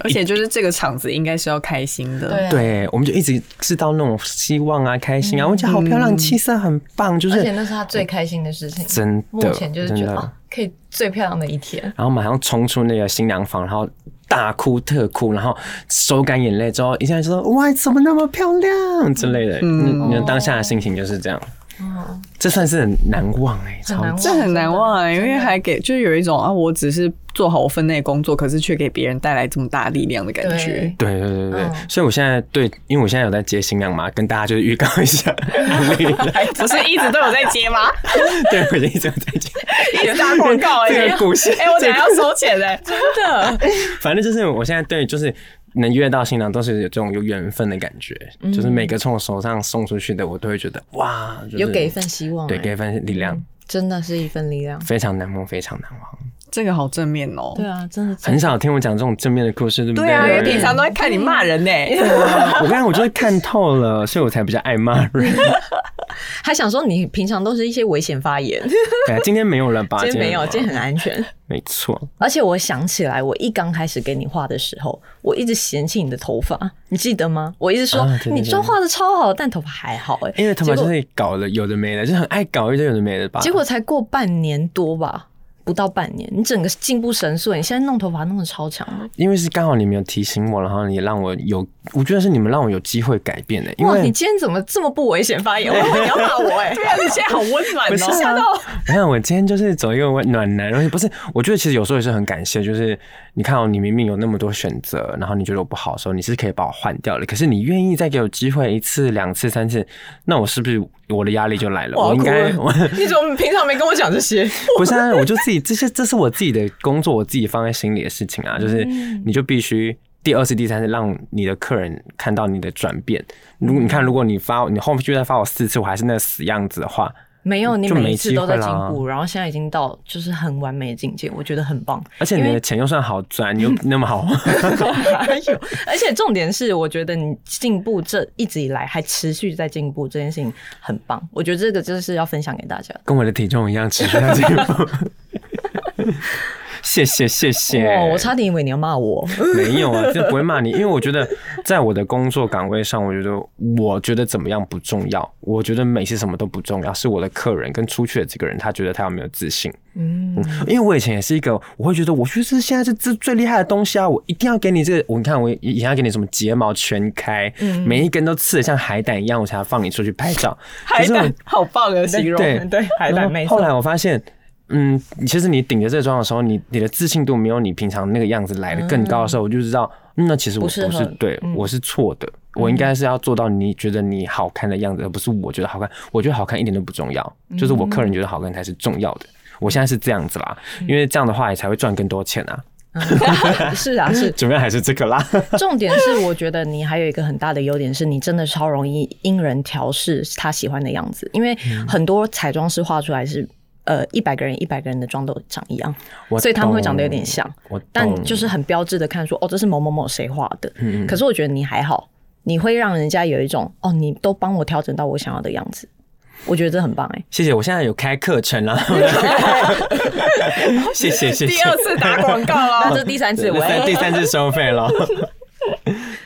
C: 而且就是这个场子应该是要开心的，
B: 对啊嗯
D: 对，我们就一直制造那种希望啊、开心啊，我觉得好漂亮，气色很棒，就
B: 而且
D: 是。
B: 那是他最开心的事情，
D: 真的
B: 目前就是觉
D: 真
B: 得
D: 的
B: 啊，可以最漂亮的一天。
D: 然后马上冲出那个新娘房，然后大哭特哭，然后手干眼泪之后，一下就说：“哇，怎么那么漂亮？”之类的。嗯，你当下的心情就是这样，
B: 哦，
D: 这算是很难忘哎、
B: 很
D: 超
B: 难忘
D: 级
C: 这很难忘、欸，因为还给就是有一种啊，我只是做好我分内的工作，可是却给别人带来这么大力量的感觉
B: 对。
D: 对对对对，
B: 嗯
D: 所以我现在对，因为我现在有在接新娘嘛，跟大家就是预告 一下， 安利一下
C: 不是一直都有在接吗？
D: 对，我就一直有在接，
C: 一直打广告而已。
D: 这个故事
C: 哎、我等一下要收钱 欸嘞、真的。
D: 反正就是我现在对，就是能约到新郎都是有这种有缘分的感觉，
B: 嗯
D: 就是每个从我手上送出去的，我都会觉得哇，就是、
B: 有给一份希望、
D: 对，
B: 哎
D: 给一份力量，
B: 真的是一份力量。
D: 非常难忘，非常难忘。
C: 这个好正面哦、
B: 对啊，真的
D: 很少听我讲这种正面的故事，对不
C: 对啊，因为
D: 对
C: 平常都在看你骂人欸呢、
D: 我刚才我就是看透了，所以我才比较爱骂人。
B: 还想说你平常都是一些危险发言，
D: 对啊，今天没有了吧？
B: 今天没有，
D: 了吧
B: 今天很安全。
D: 没错。
B: 而且我想起来，我一刚开始给你画的时候，我一直嫌弃你的头发，你记得吗？我一直说、
D: 啊对对对
B: 你妆画的超好，但头发还好哎、
D: 因为他们
B: 结
D: 就
B: 果
D: 是搞了有的没的，就是很爱搞一堆有的没的吧。
B: 结果才过半年多吧，不到半年，你整个进步神速，你现在弄头发弄得超强的，
D: 因为是刚好你们有提醒我，然后你让我有，我觉得是你们让我有机会改变的、因
B: 哇！你
D: 为
B: 今天怎么这么不危险发 言？我以为你要骂我哎、
C: 对啊，你现在好温 暖
D: 不是
C: 哦、
D: 啊你看我今天就是走一个温暖男，而且不是，我觉得其实有时候也是很感谢，就是你看哦，你明明有那么多选择，然后你觉得我不好的时候，你是可以把我换掉的，可是你愿意再给我机会一次、两次、三次，那我是不是我的压力就来了？
C: 哇
D: 我应该
C: 哭
D: 我。
B: 啊
C: 你怎么平常没跟我讲这些？
D: 不是啊，我就自己这些，这是我自己的工作，我自己放在心里的事情啊，就是你就必须。第二次、第三次，让你的客人看到你的转变。如果你看，如果你发你后续再发我四次，我还是那个死样子的话，
B: 没有，你
D: 就
B: 每
D: 没
B: 一次
D: 机
B: 都
D: 会
B: 在进
D: 啦
B: 步，然后现在已经到就是很完美的境界，我觉得很棒。
D: 而且你的钱又算好赚，又那么好，
B: 哎呦！ 而且重点是，我觉得你进步这一直以来还持续在进步，这件事情很棒。我觉得这个就是要分享给大家。
D: 跟我的体重一样持续在进步。 谢谢谢谢，
B: 哦，我差点以为你要骂我。
D: 没有啊，这不会骂你，因为我觉得在我的工作岗位上，我觉得我觉得怎么样不重要，我觉得美是什么都不重要，是我的客人跟出去的这个人，他觉得他有没有自信。
B: 嗯，
D: 因为我以前也是一个，我会觉得我觉得这现在是最最厉害的东西啊，我一定要给你这个，我你看我以前要给你什么睫毛全开，
C: 嗯
D: 每一根都刺的像海胆一样，我才放你出去拍照。可
C: 海
D: 是我
C: 胆好棒的形容，
D: 对
C: 对，海
D: 然
C: 胆
D: 后
C: 没
D: 后
C: 错。
D: 来我发现，嗯，其实你顶着这妆的时候，你你的自信度没有你平常那个样子来的更高的时候，我就知道，嗯那其实
B: 不
D: 我不
B: 适
D: 是
B: 合嗯
D: 对，我是错的。我应该是要做到你觉得你好看的样子，而不是我觉得好看。我觉得好看一点都不重要，
B: 嗯
D: 就是我客人觉得好看才是重要的。我现在是这样子啦，
B: 嗯
D: 因为这样的话也才会赚更多钱啊。
B: 是啊，是。
D: 主要还是这个啦，
B: 重点是，我觉得你还有一个很大的优点是，你真的超容易因人调试他喜欢的样子，因为
D: 嗯
B: 很多彩妆师画出来是。呃，一百个人，一百个人的妆都长一样，
D: 我
B: 所以他们会长得有
D: 懂
B: 点像。
D: 我
B: 但
D: 懂
B: 就是很标志的看说，哦，这是某某某谁画的。
D: 嗯
B: 可是我觉得你还好，你会让人家有一种，哦，你都帮我调整到我想要的样子，我觉得这很棒哎、
D: 谢谢，我现在有开课程啦， 谢谢谢谢。
C: 第二次打广 告啊
B: 那
C: 了，
B: 这第三次
D: 第
B: 我
D: 三
B: 也
D: 第三次收费 了。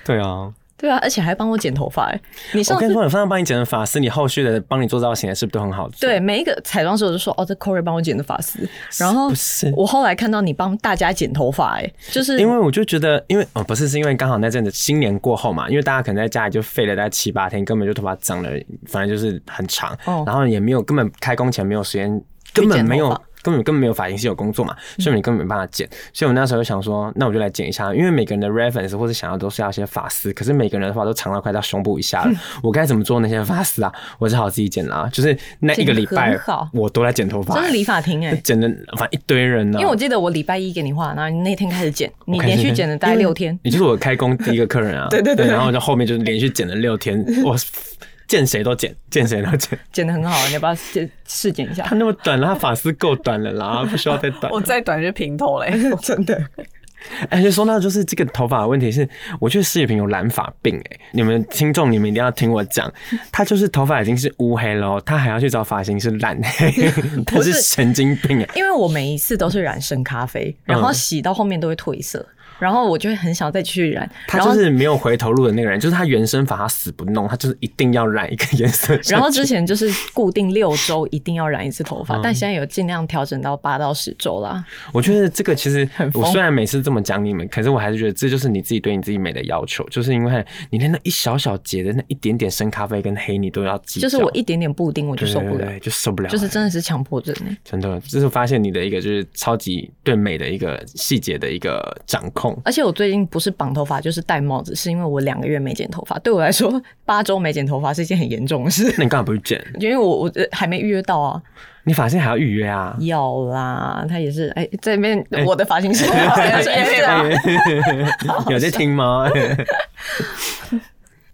D: 对啊，
B: 对啊，而且还帮我剪头发哎、你
D: 我
B: 上
D: 跟
B: 次
D: 你说，你放在帮你剪的发丝，你后续的帮你做造型的是不是都很好做？
B: 对，每一个彩妆师我就说，哦，这 Corey 帮我剪的发丝，然后
D: 不是
B: 我后来看到你帮大家剪头发哎、就是
D: 因为我就觉得，因为哦不是，是因为刚好那阵子新年过后嘛，因为大家可能在家里就废了大概七八天，根本就头发长了，反正就是很长，
B: 哦
D: 然后也没有根本开工前没有时间，根本没有
B: 去剪头。嗯
D: 根本根本没有发型师有工作嘛，所以你根本没办法剪。所以我那时候就想说，那我就来剪一下，因为每个人的 reference 或者想要都是要一些发丝，可是每个人的话都长到快到胸部
B: 嗯
D: 以下了，我该怎么做那些发丝啊？我只好自己剪啦、就是那一个礼
B: 剪
D: 拜
B: 得很好，
D: 我都在剪头发、
B: 真是理发厅哎、
D: 剪的反正一堆人呢、啊
B: 因为我记得我礼拜一给你画，然后你那天开始剪，你连续剪了
D: 嗯
B: 大概六天，
D: 你就是我开工第一个客人啊， 对对对，然后就后面就是连续剪了六 天，我见谁都剪，见谁都剪，
B: 剪的很好，你要不要试试剪一下
D: 他？那么短了，他发丝够短了啦，不需要再短了。
C: 我再短就平头 嘞，真的。
D: 哎，就说到就是这个头发的问题是，我觉得施雨萍有染发病哎、你们听众你们一定要听我 讲，她就是头发已经是乌黑了哦，她还要去找发型师染 黑，她是神经病哎、嗯
B: 因为我每一次都是染深咖啡，然后洗到后面都会褪色，然后我就会很想再去染。
D: 他就是没有回头路的那个人，就是他原生法他死不弄，他就是一定要染一个颜色上去。
B: 然后之前就是固定六周一定要染一次头
D: 嗯
B: 发，但现在有尽量调整到八到十周啦。
D: 我觉得这个其实
B: 疯
D: 我虽然每次这么讲你们，可是我还是觉得这就是你自己对你自己美的要求，就是因为你连那一小小节的那一点点深咖啡跟黑你都要计较，
B: 就是我一点点布丁我就
D: 对
B: 受不
D: 对
B: 了，
D: 对就受不了，
B: 就是
D: 哎
B: 真的是强迫症、欸。
D: 真的，这是发现你的一个就是超级对美的一个细节的一个掌控。
B: 而且我最近不是绑头发就是戴帽子，是因为我两个月没剪头发，对我来说 八周没剪头发是一件很严重的事。
D: 那你干嘛不去剪？
B: 因为我我呃还没预约到啊，
D: 你发现还要预 约啊？
B: 要啦，他也是哎、这边
D: 哎
B: 我的发 型师，哎
C: 对啊
D: 哎 有在听吗？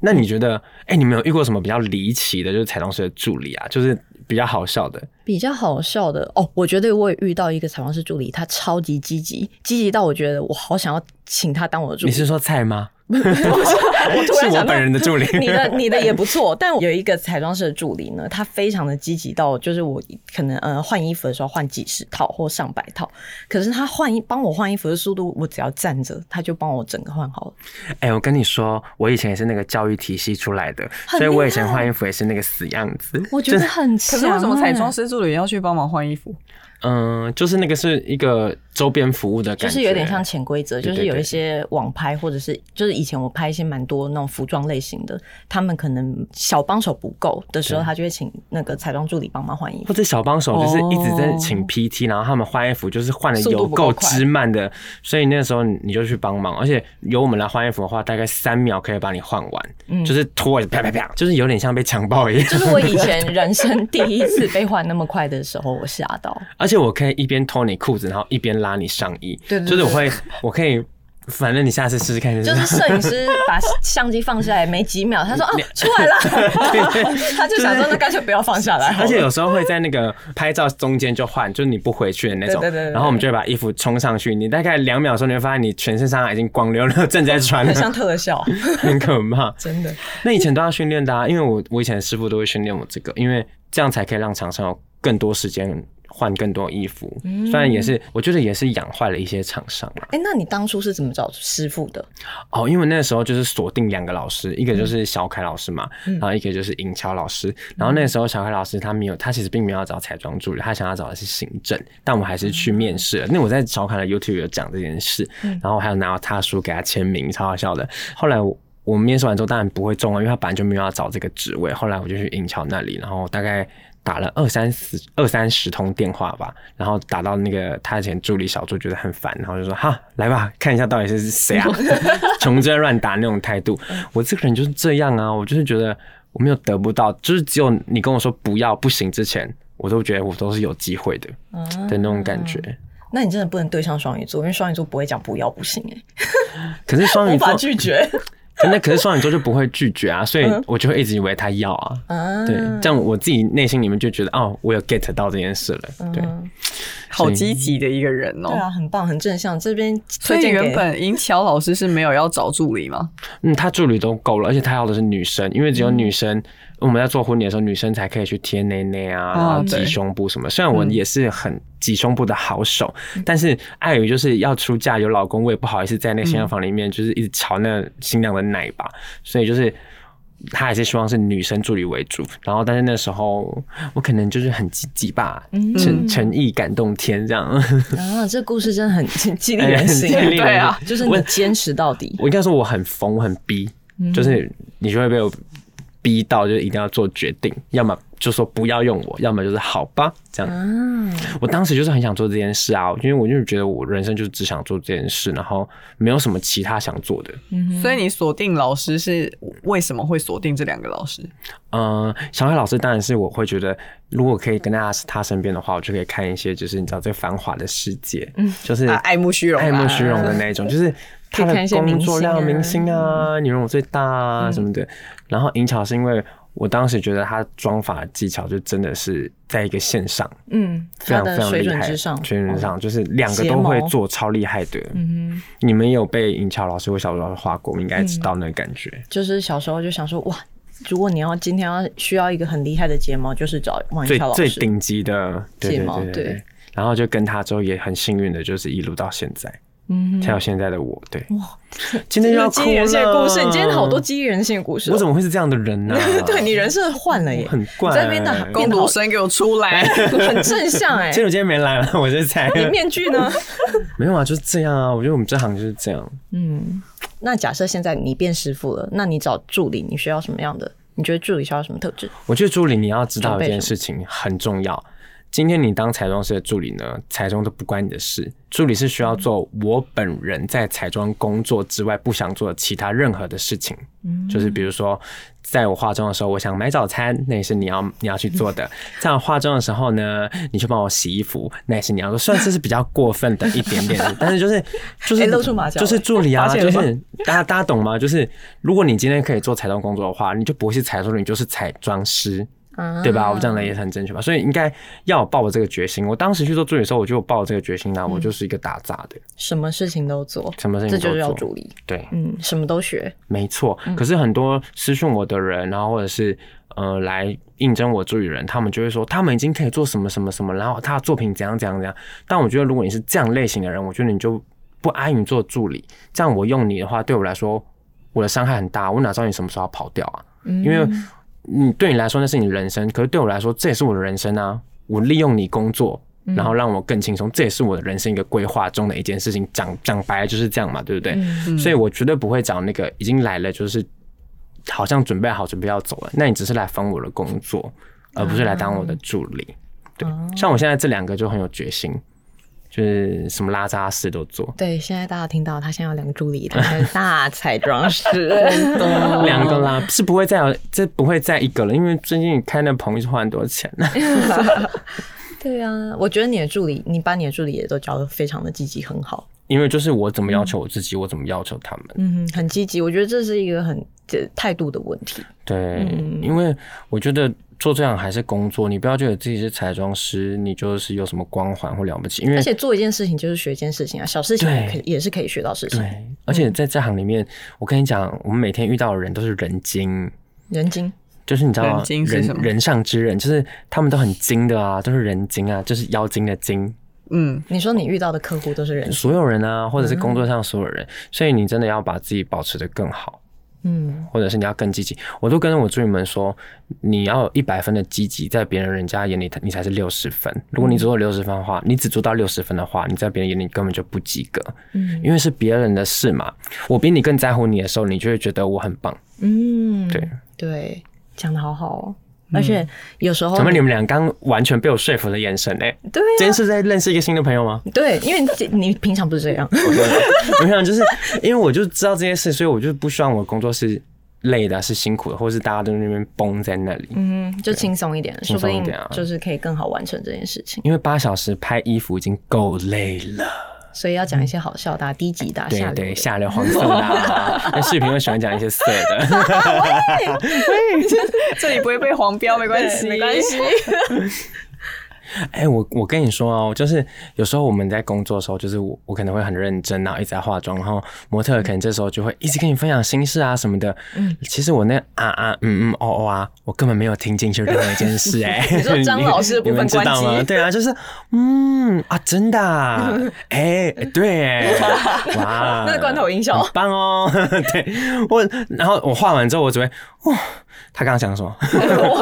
D: 那你觉得，哎、你们有遇过什么比较离奇的，就是彩妆师的助理啊，就是比较好笑的？
B: 比较好笑的哦，我觉得我也遇到一个采访师助理，他超级积极，积极到我觉得我好想要请他当我的助
D: 你
B: 理。
D: 是说菜吗？
B: 我说我突
D: 是
B: 然
D: 我
B: 想到
D: 本人的助理。
B: 你的你的也不错，但我有一个彩妆师的助理呢，他非常的积极到，就是我可能呃换衣服的时候换几十套或上百套，可是他换衣帮我换衣服的速度，我只要站着，他就帮我整个换好了。
D: 哎、我跟你说，我以前也是那个教育体系出来的，
B: 很
D: 所以我以
B: 厉害
D: 前换衣服也是那个死样子。
B: 我觉得很强、
C: 可是为什么彩妆？师助理要去帮忙换衣服？
D: 嗯、就是那个是一个周边服务的
B: 就
D: 感觉，
B: 是有点像潜规则，
D: 对
B: 就
D: 对
B: 是有一些网拍，或者是就是以前我拍一些蛮多那种服装类型的，他们可能小帮手不够的时候，
D: 对
B: 他就会请那个彩妆助理帮忙换衣服
D: 或。者小帮手就是一直在请
C: 哦
D: PT，、然后他们换衣服就是换的
C: 速度
D: 有
C: 不够
D: 够
C: 快
D: 之慢的，所以那时候你就去帮忙，而且由我们来换衣服的话，大概三秒可以把你换完，就是拖着啪啪啪，就是有点像被强暴一样。
B: 嗯就是我以前人生第一次被换那么快的时候，我吓 到。
D: 而且我可以一边脱你裤子，然后一边拉你上衣，
B: 对对
D: 就是我
B: 对
D: 会，我可以，反正你下次试试看就知
B: 就
D: 道。
B: 是摄影师把相机放下来没几秒， 他说啊出来了， 他就想说那干脆不要放下来好了。
D: 而且有时候会在那个拍照中间就换，就是你不回去的那种。
B: 对对对对
D: 然后我们就会把衣服冲上去，你大概两秒的时候，你会发现你全身上下已经光溜溜，正在穿了
B: 很，像特 效，
D: 很可 怕。
B: 真的。
D: 那以前都要训练的啊，因为我我以前的师傅都会训练我这个，因为这样才可以让厂商有更多时间换更多衣服。
B: 嗯
D: 虽然也是，我觉得也是养坏了一些厂商啦。
B: 哎、那你当初是怎么找师傅的？
D: 哦，因为那时候就是锁定两个老师，一个就是小凯老师嘛，然后一个就是尹乔老师。然后那时候小凯老师他没有，他其实并没有要找彩妆助理，他想要找的是行政，但我还是去面试了。那我在小凯的 YouTube 有讲这件事，然后我还有拿到他的书给他签名，超好笑的。后来我。我面试完之后当然不会中啊，因为他本来就没有要找这个职位。后来我就去银桥那里，然后大概打了二三十二三十通电话吧，然后打到那个他以前助理小助觉得很烦，然后就说哈来吧，看一下到底是谁啊，穷追乱打那种态度。我这个人就是这样啊，我就是觉得我没有得不到，就是只有你跟我说不要不行之前，我都觉得我都是有机会的的那种感觉。
B: 那你真的不能对上双鱼座，因为双鱼座不会讲不要不行、
D: 可是双
B: 哎，
D: 鱼
B: 无法
D: 座，
B: 拒绝。
D: 可那可是双鱼座就不会拒绝啊，所以我就会一直以为他要啊。
B: 啊
D: 对，这样我自己内心里面就觉得，哦，我有 get 到这件事了。对，
C: 好积极的一个人哦、
B: 对啊，很棒，很正向。这边
C: 所
B: 推
C: 以
B: 荐
C: 原
B: 给
C: 本银桥老师是没有要找助理吗？
D: 嗯，他助理都够了，而且他要的是女生，因为只有女生，我们在做婚礼的时候，女生才可以去贴内内啊，然后
C: 对
D: 挤胸部什么。虽然我也是很挤胸部的好手，但是碍于就是要出嫁有老公，我也不好意思在那个新娘房里面就是一直瞧那新娘的奶吧，所以就是。他还是希望是女生助理为主，然后但是那时候我可能就是很积极吧，诚诚意感动天这样。
B: 啊，这故事真的 很激励人心。
D: 哎激励人心
B: 对啊，就是
D: 我
B: 你坚持到底。啊
D: 我应该说我很疯，我很逼，就是你就会被我逼到，就是一定要做决定，要么就说不要用我，要么就是好吧这
B: 嗯
D: 样。我当时就是很想做这件事啊，因为我就是觉得我人生就只想做这件事，然后没有什么其他想做的。
C: 所以你锁定老师是为什么会锁定这两个老师？
D: 嗯，小海老师当然是我会觉得，如果可以跟在他身边的话，我就可以看一些就是你知道最繁华的世界，
B: 嗯
D: 就是
C: 啊，爱慕虚荣啊，
D: 爱慕虚荣的那一种，就是他
B: 可以看
D: 的
B: 一些
D: 工
B: 明
D: 作量、
B: 星啊嗯
D: 明星啊、女人我最大啊什么的。然后银巧是因为我当时觉得她妆法技巧就真的是在一个线上，
B: 嗯，
D: 非
B: 他
D: 常非
B: 的
D: 常
B: 水
D: 厉
B: 准
D: 害，
B: 之上，
D: 水准之上就是两个
B: 睫
D: 都
B: 毛
D: 会做，超厉害的。
B: 嗯哼。
D: 你们有被银巧老师或小罗老师画过，我们应
B: 嗯
D: 该知道那个感觉。
B: 就是小时候就想说，哇，如果你要今天要需要一个很厉害的睫毛，就是找王一
D: 最
B: 超老
D: 最
B: 师。
D: 顶级的对
B: 睫
D: 对
B: 毛
D: 对对
B: 对
D: 对。然后就跟他之后也很幸运的，就是一路到现在。
B: 嗯
D: 才有现在的我。对，
B: 哇，
D: 今天又要
B: 激
D: 哭
B: 励人性的
D: 了。
B: 故事，你今天好多激励人性的故事哦。
D: 我怎么会啊是这样的人呢、
B: 对你人设换了耶，
D: 很怪
B: 你在那边的
C: 攻
B: 变得
C: 读
B: 好
C: 生给我出来！
B: 很正 向哎
D: 其。实我今天没来了，我就在
B: 哦你面具呢？
D: 没有啊，就是这样啊。我觉得我们这行就是这样。
B: 嗯，那假设现在你变师傅了，那你找助理，你需要什么样的？你觉得助理需要什么特质？
D: 我觉得助理你要知道一
B: 准备
D: 件事情很重要。今天你当彩妆师的助理呢，彩妆都不关你的事。助理是需
B: 嗯
D: 要做我本人在彩妆工作之外不想做的其他任何的事情，
B: 嗯
D: 就是比如说，在我化妆的时候，我想买早餐，那也是你要你要去做的。在我化妆的时候呢，你去帮我洗衣服，那也是你要做。虽然这是比较过分的一点 点，但是就是就是、
B: 哎露出马脚
D: 就是助理啊，
B: 发现
D: 就
B: 了吗
D: 是大家大家懂吗？就是如果你今天可以做彩妆工作的话，你就不会是彩妆师，你就是彩妆师。
B: 啊
D: 对吧？我这样的也很正确吧，所以应该要有抱着这个决心。我当时去做助理的时候，我就有抱着这个决心啦、啊我就是一个打杂的，
B: 什么事情都做，
D: 什么事情
B: 嗯这就是
D: 都
B: 要
D: 做
B: 助理。
D: 对，
B: 嗯，什么都学。
D: 没错。可是很多私讯我的人，然后或者是呃来应征我助理的人，他们就会说他们已经可以做什么什么什么，然后他的作品怎样怎样怎样。但我觉得如果你是这样类型的人，我觉得你就不安于做助理。这样我用你的话，对我来说我的伤害很大，我哪知道你什么时候要跑掉啊？
B: 嗯
D: 因为你嗯对你来说那是你人生，可是对我来说这也是我的人生啊。我利用你工作，然后让我更轻松，这也是我的人生一个规划中的一件事情。讲讲白了就是这样嘛，对不对？所以我绝对不会找那个已经来了就是好像准备好准备要走了，那你只是来分我的工作，而不是来当我的助理。对，像我现在这两个就很有决心，就是什么拉扎事都做。
B: 对，现在大家听到他现在有两个助理，他现在 是大彩妆师。
D: 两个啦，是不会再有，这不会再一个了，因为最近开那棚就花很多钱了。
B: 对啊，我觉得你的助理，你把你的助理也都教的非常的积极，很好。
D: 因为就是我怎么要
C: 嗯
D: 求我自己，我怎么要求他们。
B: 嗯哼，很积极。我觉得这是一个很这态度的问题。
D: 对，
C: 嗯
D: 因为我觉得做这样还是工作，你不要觉得自己是彩妆师，你就是有什么光环或了不起。因为
B: 而且做一件事情就是学一件事情啊，小事情也可以
D: 对
B: 也是可以学到事情。
D: 对，而且在这行里面，我跟你讲，我们每天遇到的人都是人精。
B: 人精，
D: 就是你知道
C: 人精是
D: 人
C: 什么
D: 人上之人，就是他们都很精的啊，都是人精啊，就是妖精的精，
C: 嗯，
B: 你说你遇到的客户都是人，
D: 所有人啊，或者是工作上所有人，所以你真的要把自己保持的更好。
B: 嗯，
D: 或者是你要更积极。我都跟我助理们说，你要一百分的积极，在别人人家眼里你才是六十分。如果你只做六十分的话，你只做到六十分的话，你在别人眼里根本就不及格。嗯，因为是别人的事嘛。我比你更在乎你的时候，你就会觉得我很棒。
B: 嗯，
D: 对，
B: 对，讲的好好哦。而且有时候
D: 嗯怎么你们俩刚完全被我说服的眼神哎、
B: 对啊
D: 今天，是在认识一个新的朋友 吗？
B: 对，因为你你平常不是这样，
D: 我想就是因为我就知道这些事，所以我就不希望我的工作是累的、是辛苦的，或是大家都在那边绷在那里。
B: 嗯， 就轻松一点，说
D: 轻
B: 不
D: 松一
B: 定
D: 点啊
B: 就是可以更好完成这件事情。
D: 因为八小时拍衣服已经够累了。
B: 所以要讲一些好笑的啊、低级的啊、
D: 对
B: 下流
D: 对，
B: 的。
D: 下流黄色 的、啊。那视频又喜欢讲一些色的，
C: 这里不会被黄标，没关系，
B: 没关 系。
D: 哎、我我跟你说哦，就是有时候我们在工作的时候，就是我我可能会很认真，然后一直在化妆，然后模特儿可能这时候就会一直跟你分享心事啊什么的。嗯，其实我那啊啊嗯嗯哦哦啊，我根本没有听进去任何一件事、哎，
B: 你说张老师的部
D: 你们
B: 分
D: 知道
B: 关
D: 吗？
B: 机
D: 对啊，就是嗯啊，真的、 啊，哎、对，哎哇，
B: 那是罐头音效
D: 很棒哦。 对我，然后我画完之后，我只会哇，他刚刚讲 什么？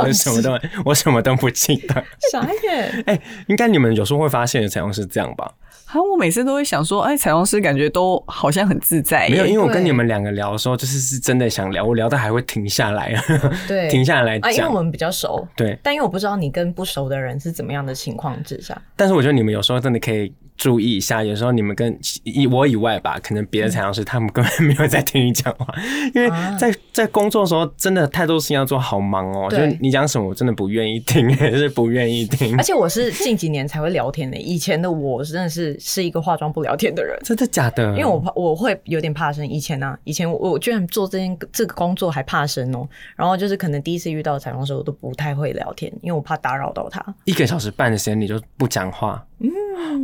D: 我什么都我什么都不记得。
B: 傻眼，
D: 哎、应该你们有时候会发现，彩虹是这样吧？
C: 啊，我每次都会想说，哎，彩虹师感觉都好像很自
B: 哎
C: 在
D: 没有，
C: 耶。
D: 因为我跟
B: 对
D: 你们两个聊的时候，就是是真的想聊，我聊到还会停下来，啊
B: 对，
D: 停下来
B: 啊，因为
D: 讲。
B: 我们比较熟，
D: 对，
B: 但因为我不知道你跟不熟的人是怎么样的情况之下，
D: 但是我觉得你们有时候真的可以注意一下，有时候你们跟以我以外吧，可能别的采访师他们根本没有在听你讲话， 因为
B: 啊
D: 在在工作的时候真的太多事情要做，好忙哦。就
B: 对
D: 是你讲什么，我真的不愿意听， 是不愿意听
B: 而。且我是近几年才会聊天的，以前的我真的是是一个化妆不聊天的人。
D: 真的假的？
B: 因为我怕我会有点怕生，以前啊，以前我我居然做这件这个工作还怕生哦，然后就是可能第一次遇到彩妆师，我都不太会聊天，因为我怕打扰到他。
D: 一个小时半的时间你就不讲话，嗯，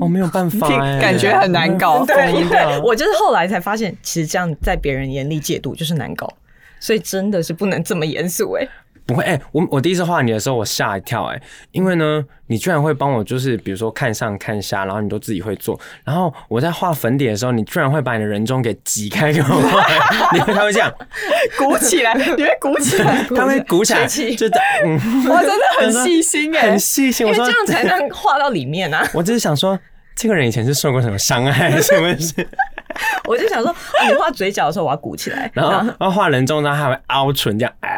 D: 我、没有办 法、哎
C: 感觉很难搞
D: 对啊
B: 对我就是后来才发现，其实这样在别人眼里解读就是难搞，所以真的是不能这么严肃哎、
D: 不会，哎、我我第一次画你的时候，我吓一跳、哎，因为呢，你居然会帮我，就是比如说看上看下，然后你都自己会做，然后我在画粉底的时候，你居然会把你的人中给挤开给我画、哎 你会他会这样，
C: 鼓起来，你会鼓起来，
D: 他会鼓起来，
B: 学习
D: 就 嗯，
C: 哇，真的很细心哎、
D: 很细心。
B: 因
D: 我
B: 为
D: 说
B: 这样才能画到里面啊！
D: 我只是想说，这个人以前是受过什么伤害，是不 是？
B: 我就想说，哦你画嘴角的时候我要鼓起来，
D: 然后，然后画人中，然后还会凹唇这样， 啊，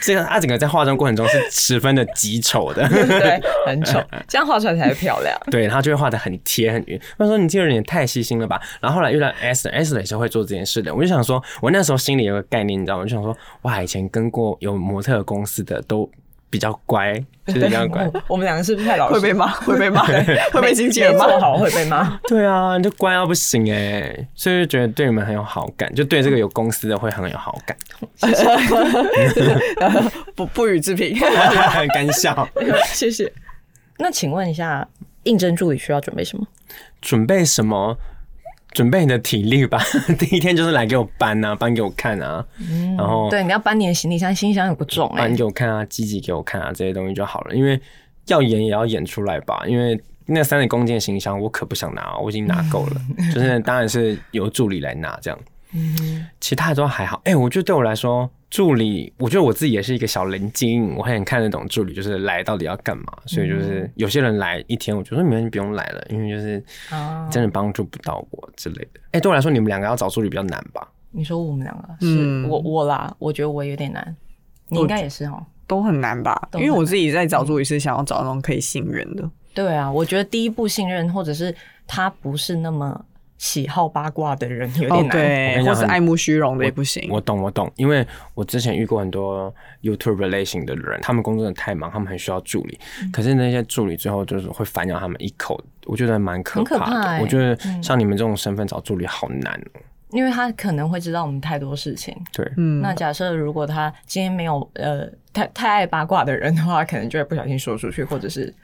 D: 这个他啊整个在化妆过程中是十分的极丑 的，
B: 对，很丑，这样画出来才会漂 亮。
D: 对，他就会画的很贴很匀。他说你这个人也太细心了吧。然后后来遇到 S S 也是会做这件事的，我就想说，我那时候心里有个概念，你知道吗？我就想说，哇，以前跟过有模特公司的都比较乖， 就是比较 乖，
B: 我们两个是不是太老实？
C: 会被 骂，会被骂，会被经纪人
B: 没
C: 骂
B: 做。好会被骂。
D: 对啊，你就乖到不行哎、所以就觉得对你们很有好感，就对这个有公司的会很有好感，
C: 不不予置评。
D: 很干笑。
B: 谢谢。那请问一下，应征助理需要准备什么？
D: 准备什么？准备你的体力吧， 第一天就是来给我搬啊，搬给我看啊，然
C: 哦
D: 后
B: 对，你要搬你的行李箱，行李箱也不重哎、
D: 搬给我看啊，积极给我看啊，这些东西就好了。因为要演也要演出来吧，因为那三十公斤的行李箱我可不想拿，我已经拿够了，就是当然是由助理来拿这样。其他的都还好。哎、我觉得对我来说，助理，我觉得我自己也是一个小人精，我很看得懂助理就是来到底要干嘛。所以就是有些人来一天，我觉得没关系，不用来了，因为就是
B: 哦
D: 真的帮助不到我之类的。哎、对我来说，你们两个要找助理比较难吧？
B: 你说我们两个是、
C: 嗯
B: 我我啦，我觉得我有点难，你应该也是哦。
C: 都很难吧？
B: 都
C: 因
B: 很
C: 为我自己在找助理是想要找那种可以信任的。
B: 对啊，我觉得第一步信任，或者是他不是那么喜好八卦的人，有点
C: 哦，
B: 难。
D: 我跟
C: 对，
D: 你
C: 或
D: 讲
C: 是爱慕虚荣的也不行。
D: 我懂，我懂，因为我之前遇过很多 YouTube relation 的人，他们工作真的太忙，他们很需要助理，
B: 嗯
D: 可是那些助理最后就是会反咬他们一口，我觉得蛮可
B: 很可
D: 怕的。
B: 怕欸
D: 我觉得像你们这种身份找助理好难哦、
B: 因为他可能会知道我们太多事情。
D: 对，
C: 嗯，
B: 那假设如果他今天没有呃太太爱八卦的人的话，可能就会不小心说出去，或者是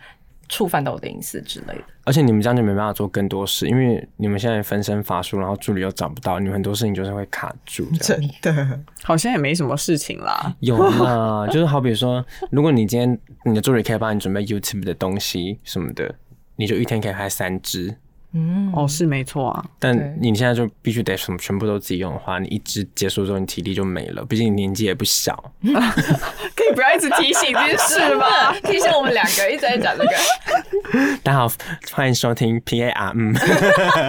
B: 触犯到我的隐私之类的。
D: 而且你们这样就没办法做更多事，因为你们现在分身乏术，然后助理又找不到，你们很多事情就是会卡住这样。
B: 的，
C: 好像也没什么事情啦。
D: 有啦，就是好比说，如果你今天你的助理可以帮你准备 YouTube 的东西什么的，你就一天可以拍三支，
B: 嗯，
C: 哦，是没错啊。
B: 对
D: 但你现在就必须得什么全部都自己用的话，你一支结束之后，你体力就没了。毕竟你年纪也 不小，
C: 可以不要一直提醒这件事吗？
B: 提醒我们两个一直在讲 这个，
D: 大家好，欢迎收听 PAR，嗯，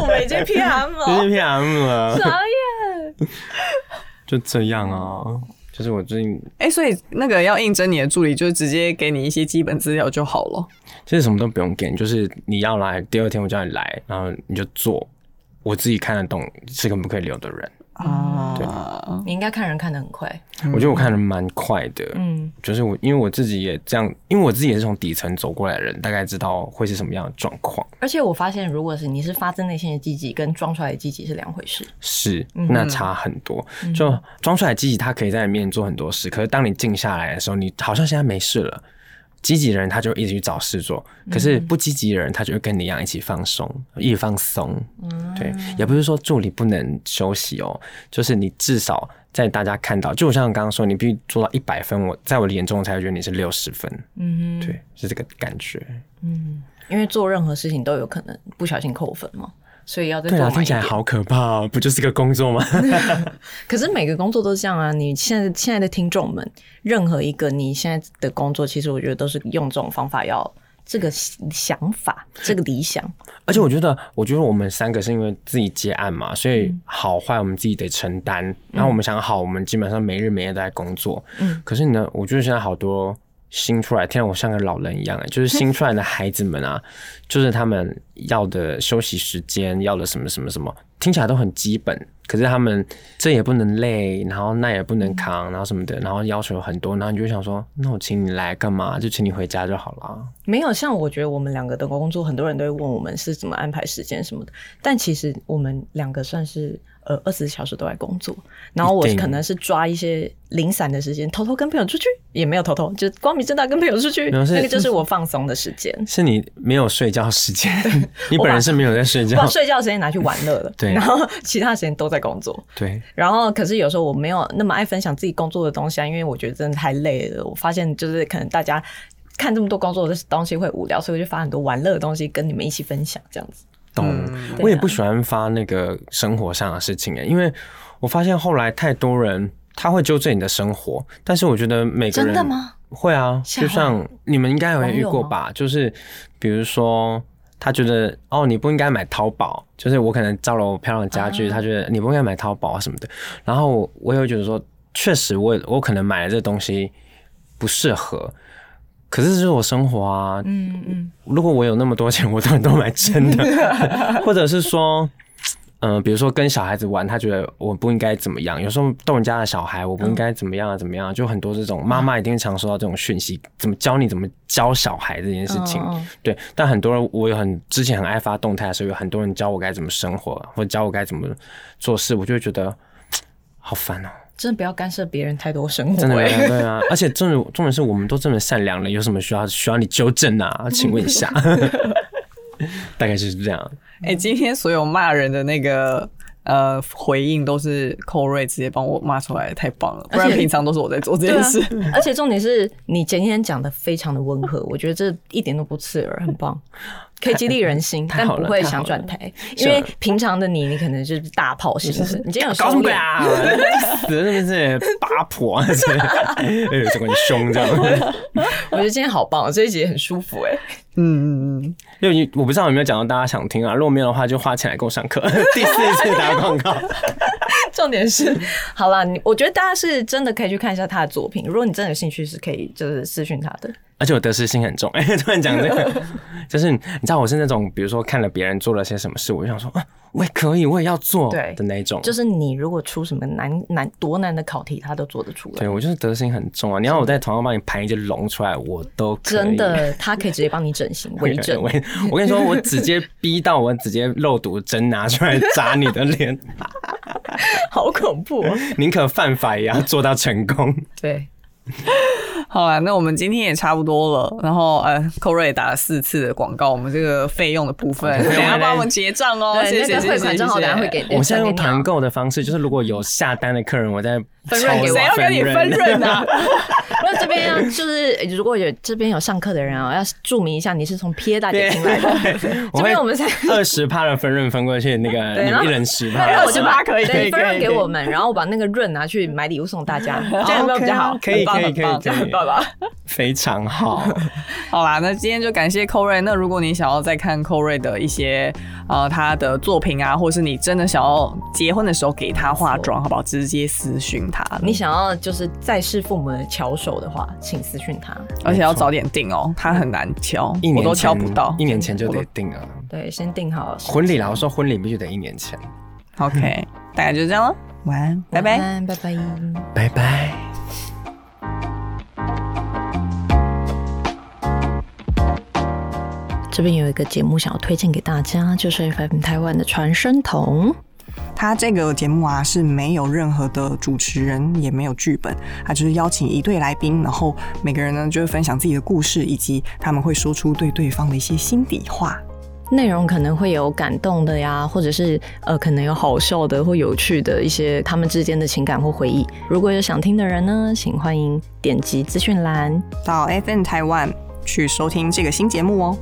B: 我们已经 PM
D: 这
B: 了，
D: 是 PAR 了，
B: 傻眼。
D: 就这样啊。就是我最近
C: 哎、所以那个要应征你的助理，就直接给你一些基本资料就好了。
D: 其实什么都不用给，就是你要来，第二天我叫你来，然后你就做。我自己看得懂是个不可以留的人，
C: 啊，
B: 你应该看人看得很快，
D: 我觉得我看的蛮快的，
B: 嗯，
D: 就是我因为我自己也这样，因为我自己也是从底层走过来的人，大概知道会是什么样的状况。
B: 而且我发现，如果是你是发自内心的积极，跟装出来的积极是两回事。
D: 是，
B: 嗯
D: 那差很多。就装出来积极，他可以在里面做很多事，可是当你静下来的时候，你好像现在没事了。积极的人他就一直去找事做，可
B: 嗯
D: 是不积极的人他就会跟你一样一起放松，一起放松。
B: 嗯
D: 对，也不是说助理不能休息哦，就是你至少在大家看到，就像我刚刚说，你必须做到一百分，我在我的眼中我才会觉得你是六十分。
B: 嗯
D: 对，是这个感觉。
B: 因为做任何事情都有可能不小心扣分嘛，所以要再
D: 对
B: 做
D: 啊，
B: 满
D: 听
B: 一
D: 起来
B: 点。
D: 好可怕哦，不就是个工作吗？
B: 可是每个工作都是这样啊！你现在现在的听众们，任何一个你现在的工作，其实我觉得都是用这种方法要这个想法，这个理想。
D: 而且我觉得，我觉得我们三个是因为自己接案嘛，所以好坏我们自己得承担。然后我们想好，我们基本上没日没夜都在工作。
B: 嗯
D: 可是呢，我觉得现在好多新出来，天啊，我像个老人一样哎，就是新出来的孩子们啊，就是他们要的休息时间，要的什么什么什么，听起来都很基本。可是他们这也不能累，然后那也不能扛，然后什么的，然后要求很多，然后你就会想说，那我请你来干嘛？就请你回家就好了。啊
B: 没有像我觉得我们两个的工作，很多人都会问我们是怎么安排时间什么的，但其实我们两个算是呃二十小时都在工作，然后我
D: 一定
B: 可能是抓一些零散的时间，偷偷跟朋友出去，也没有偷偷，就光明正大跟朋友出去，
D: 没有是
B: 那个就是我放松的时间。
D: 是你没有睡觉时间， 你
B: 我
D: 本
B: 把
D: 人是没有在睡
B: 把
D: 觉，
B: 睡觉时间拿去玩乐了，
D: 对
B: 然后其他时间都在工作。
D: 对，
B: 然后，可是有时候我没有那么爱分享自己工作的东西啊，因为我觉得真的太累了。我发现就是可能大家看这么多工作的东西会无聊，所以我就发很多玩乐的东西跟你们一起分享，这样子。
D: 懂。
C: 嗯
D: 我也
B: 对啊
D: 不喜欢发那个生活上的事情、欸，因为我发现后来太多人他会纠正你的生活，但是我觉得每个
B: 真
D: 人
B: 的吗？
D: 会啊，
B: 吓
D: 就像你们应该有
B: 网
D: 遇
B: 友
D: 过
B: 吗
D: 吧，就是比如说。他觉得哦，你不应该买淘宝，就是我可能招了我漂亮的家
B: 啊
D: 具，他觉得你不应该买淘宝啊什么的。然后我我也会觉得说，确实我我可能买了这东西不适合，可是这是我生活啊，
B: 嗯嗯，
D: 如果我有那么多钱，我当然都买 真的，或者是说，嗯、比如说跟小孩子玩，他觉得我不应该怎么样，有时候逗人家的小孩，我不应该怎么样啊，怎么样啊、就很多这种妈妈一定常收到这种讯息，怎么教你怎么教小孩这件事情，
B: 嗯嗯
D: 对。但很多人，我有很之前很爱发动态的时候，有很多人教我该怎么生活，或者教我该怎么做事，我就会觉得好烦哦、
B: 真的不要干涉别人太多生活、
D: 真的
B: 欸。
D: 对 啊，而且重点重点是我们都这么善良了，有什么需要需要你纠正啊？请问一下， 大概就是这样。
C: 哎、今天所有骂人的那个呃回应都是寇瑞直接帮我骂出来的，太棒了！不然
B: 而且
C: 平常都是我在做这
B: 对
C: 件
B: 啊
C: 事。，
D: 嗯
B: 而且重点是你前几天讲的非常的温和， 我觉得这一点都不刺耳，很棒，可以激励人心，
D: 太
B: 但
D: 好
B: 不
D: 了
B: 会
D: 太好
B: 想
D: 了
B: 转 台，因为平常的你，你可能就是大炮型的，你今天有
D: 搞什
B: 收
D: 么鬼
B: 敛
D: 啊？死是不是八婆啊？这 哎，这个很凶这样。
B: 我觉得今天好棒，这一集也很舒服哎、
C: 嗯嗯嗯，
D: 因为你我不知道有没有讲到大家想听啊，如果没有的话，就花钱来跟我上课。 第四次打广告，
B: 重点是，好啦，你我觉得大家是真的可以去看一下他的作品，如果你真的有兴趣，是可以就是私讯他的。
D: 而且我得失心很重。 哎，突然讲这个，就是你知道我是那种，比如说看了别人做了些什么事，我就想说啊，我也可以，我也要做
B: 对
D: 的那一种。
B: 就是你如果出什么难难多难的考题，他都做得出来
D: 对，。我就是得失心很重啊！你要我在床上帮你盘一只龙出来，我都可以
B: 真。的，他可以直接帮你整形微整。
D: 我我 跟你说，我直接逼到我直接肉毒针拿出来扎你的脸，
B: 好恐怖、 哦。
D: 宁可犯法也要做到成功。
B: 对，
C: 好啦，那我们今天也差不多了。然后呃，寇瑞也打了四次的广告，我们这个费用的部分，
D: 哦
C: 等一下帮我们结账哦。
B: 对
C: 谢
B: 那
C: 谢
B: 个
C: 谢
B: 汇
C: 谢，
B: 款账号等下会
C: 谢谢
B: 给。
D: 我现在
B: 给
D: 用
B: 你
D: 团
B: 啊
D: 购的方式，就是如果有下单的客人，我再
B: 分润给我
D: 抽
C: 谁要跟你分润啊呢、
B: 那这边要就是，如果有这边有上课的人啊，要注明一下你是从 P A 大姐进来的。
D: 我
B: 这边我们才
D: 二十趴的分润分过去，那个
B: 对
D: 你
B: 然后
D: 们一人十
B: 然
D: 趴
B: 后我。就把
C: 28可以可以可
B: 对
C: 以
B: 分润给
C: 可以
B: 我们，然后我把那个润拿去买礼物送大 家， 这样有没有比较好？
D: 可以哦可以
C: 很
D: 可
C: 棒
D: 以
C: 很棒
D: 可
C: 很
D: 以，
C: 棒吧？
D: 非常好。
C: 好啦，那今天就感谢寇瑞。那如果你想要再看寇瑞的一些呃他的作品啊，或是你真的想要结婚的时候给他化妆，好不好？直接私讯他，
B: 你想要就是再世父母的巧手的话，请私讯他。
C: 而且要早点订哦，他很难敲
D: 一，
C: 我
D: 年
C: 都敲不
D: 前
C: 到
D: 一。年前就
C: 我
D: 得
C: 都
D: 定了
B: 对，先定好。
D: 婚礼啦。我说婚礼必须得一年前。
C: OK，大概就这样了，晚安，拜拜
B: 晚。安，拜拜。
D: 拜拜。
B: 这边有一个节目想要推荐给大家，就是 FM 台湾的传声筒。
C: 他这个节目啊是没有任何的主持人，也没有剧本，他就是邀请一对来宾，然后每个人呢就会分享自己的故事，以及他们会说出对对方的一些心底话。
B: 内容可能会有感动的呀，或者是呃，可能有好笑的或有趣的一些他们之间的情感或回忆。如果有想听的人呢，请欢迎点击资讯栏
C: 到 FN 台湾去收听这个新节目哦。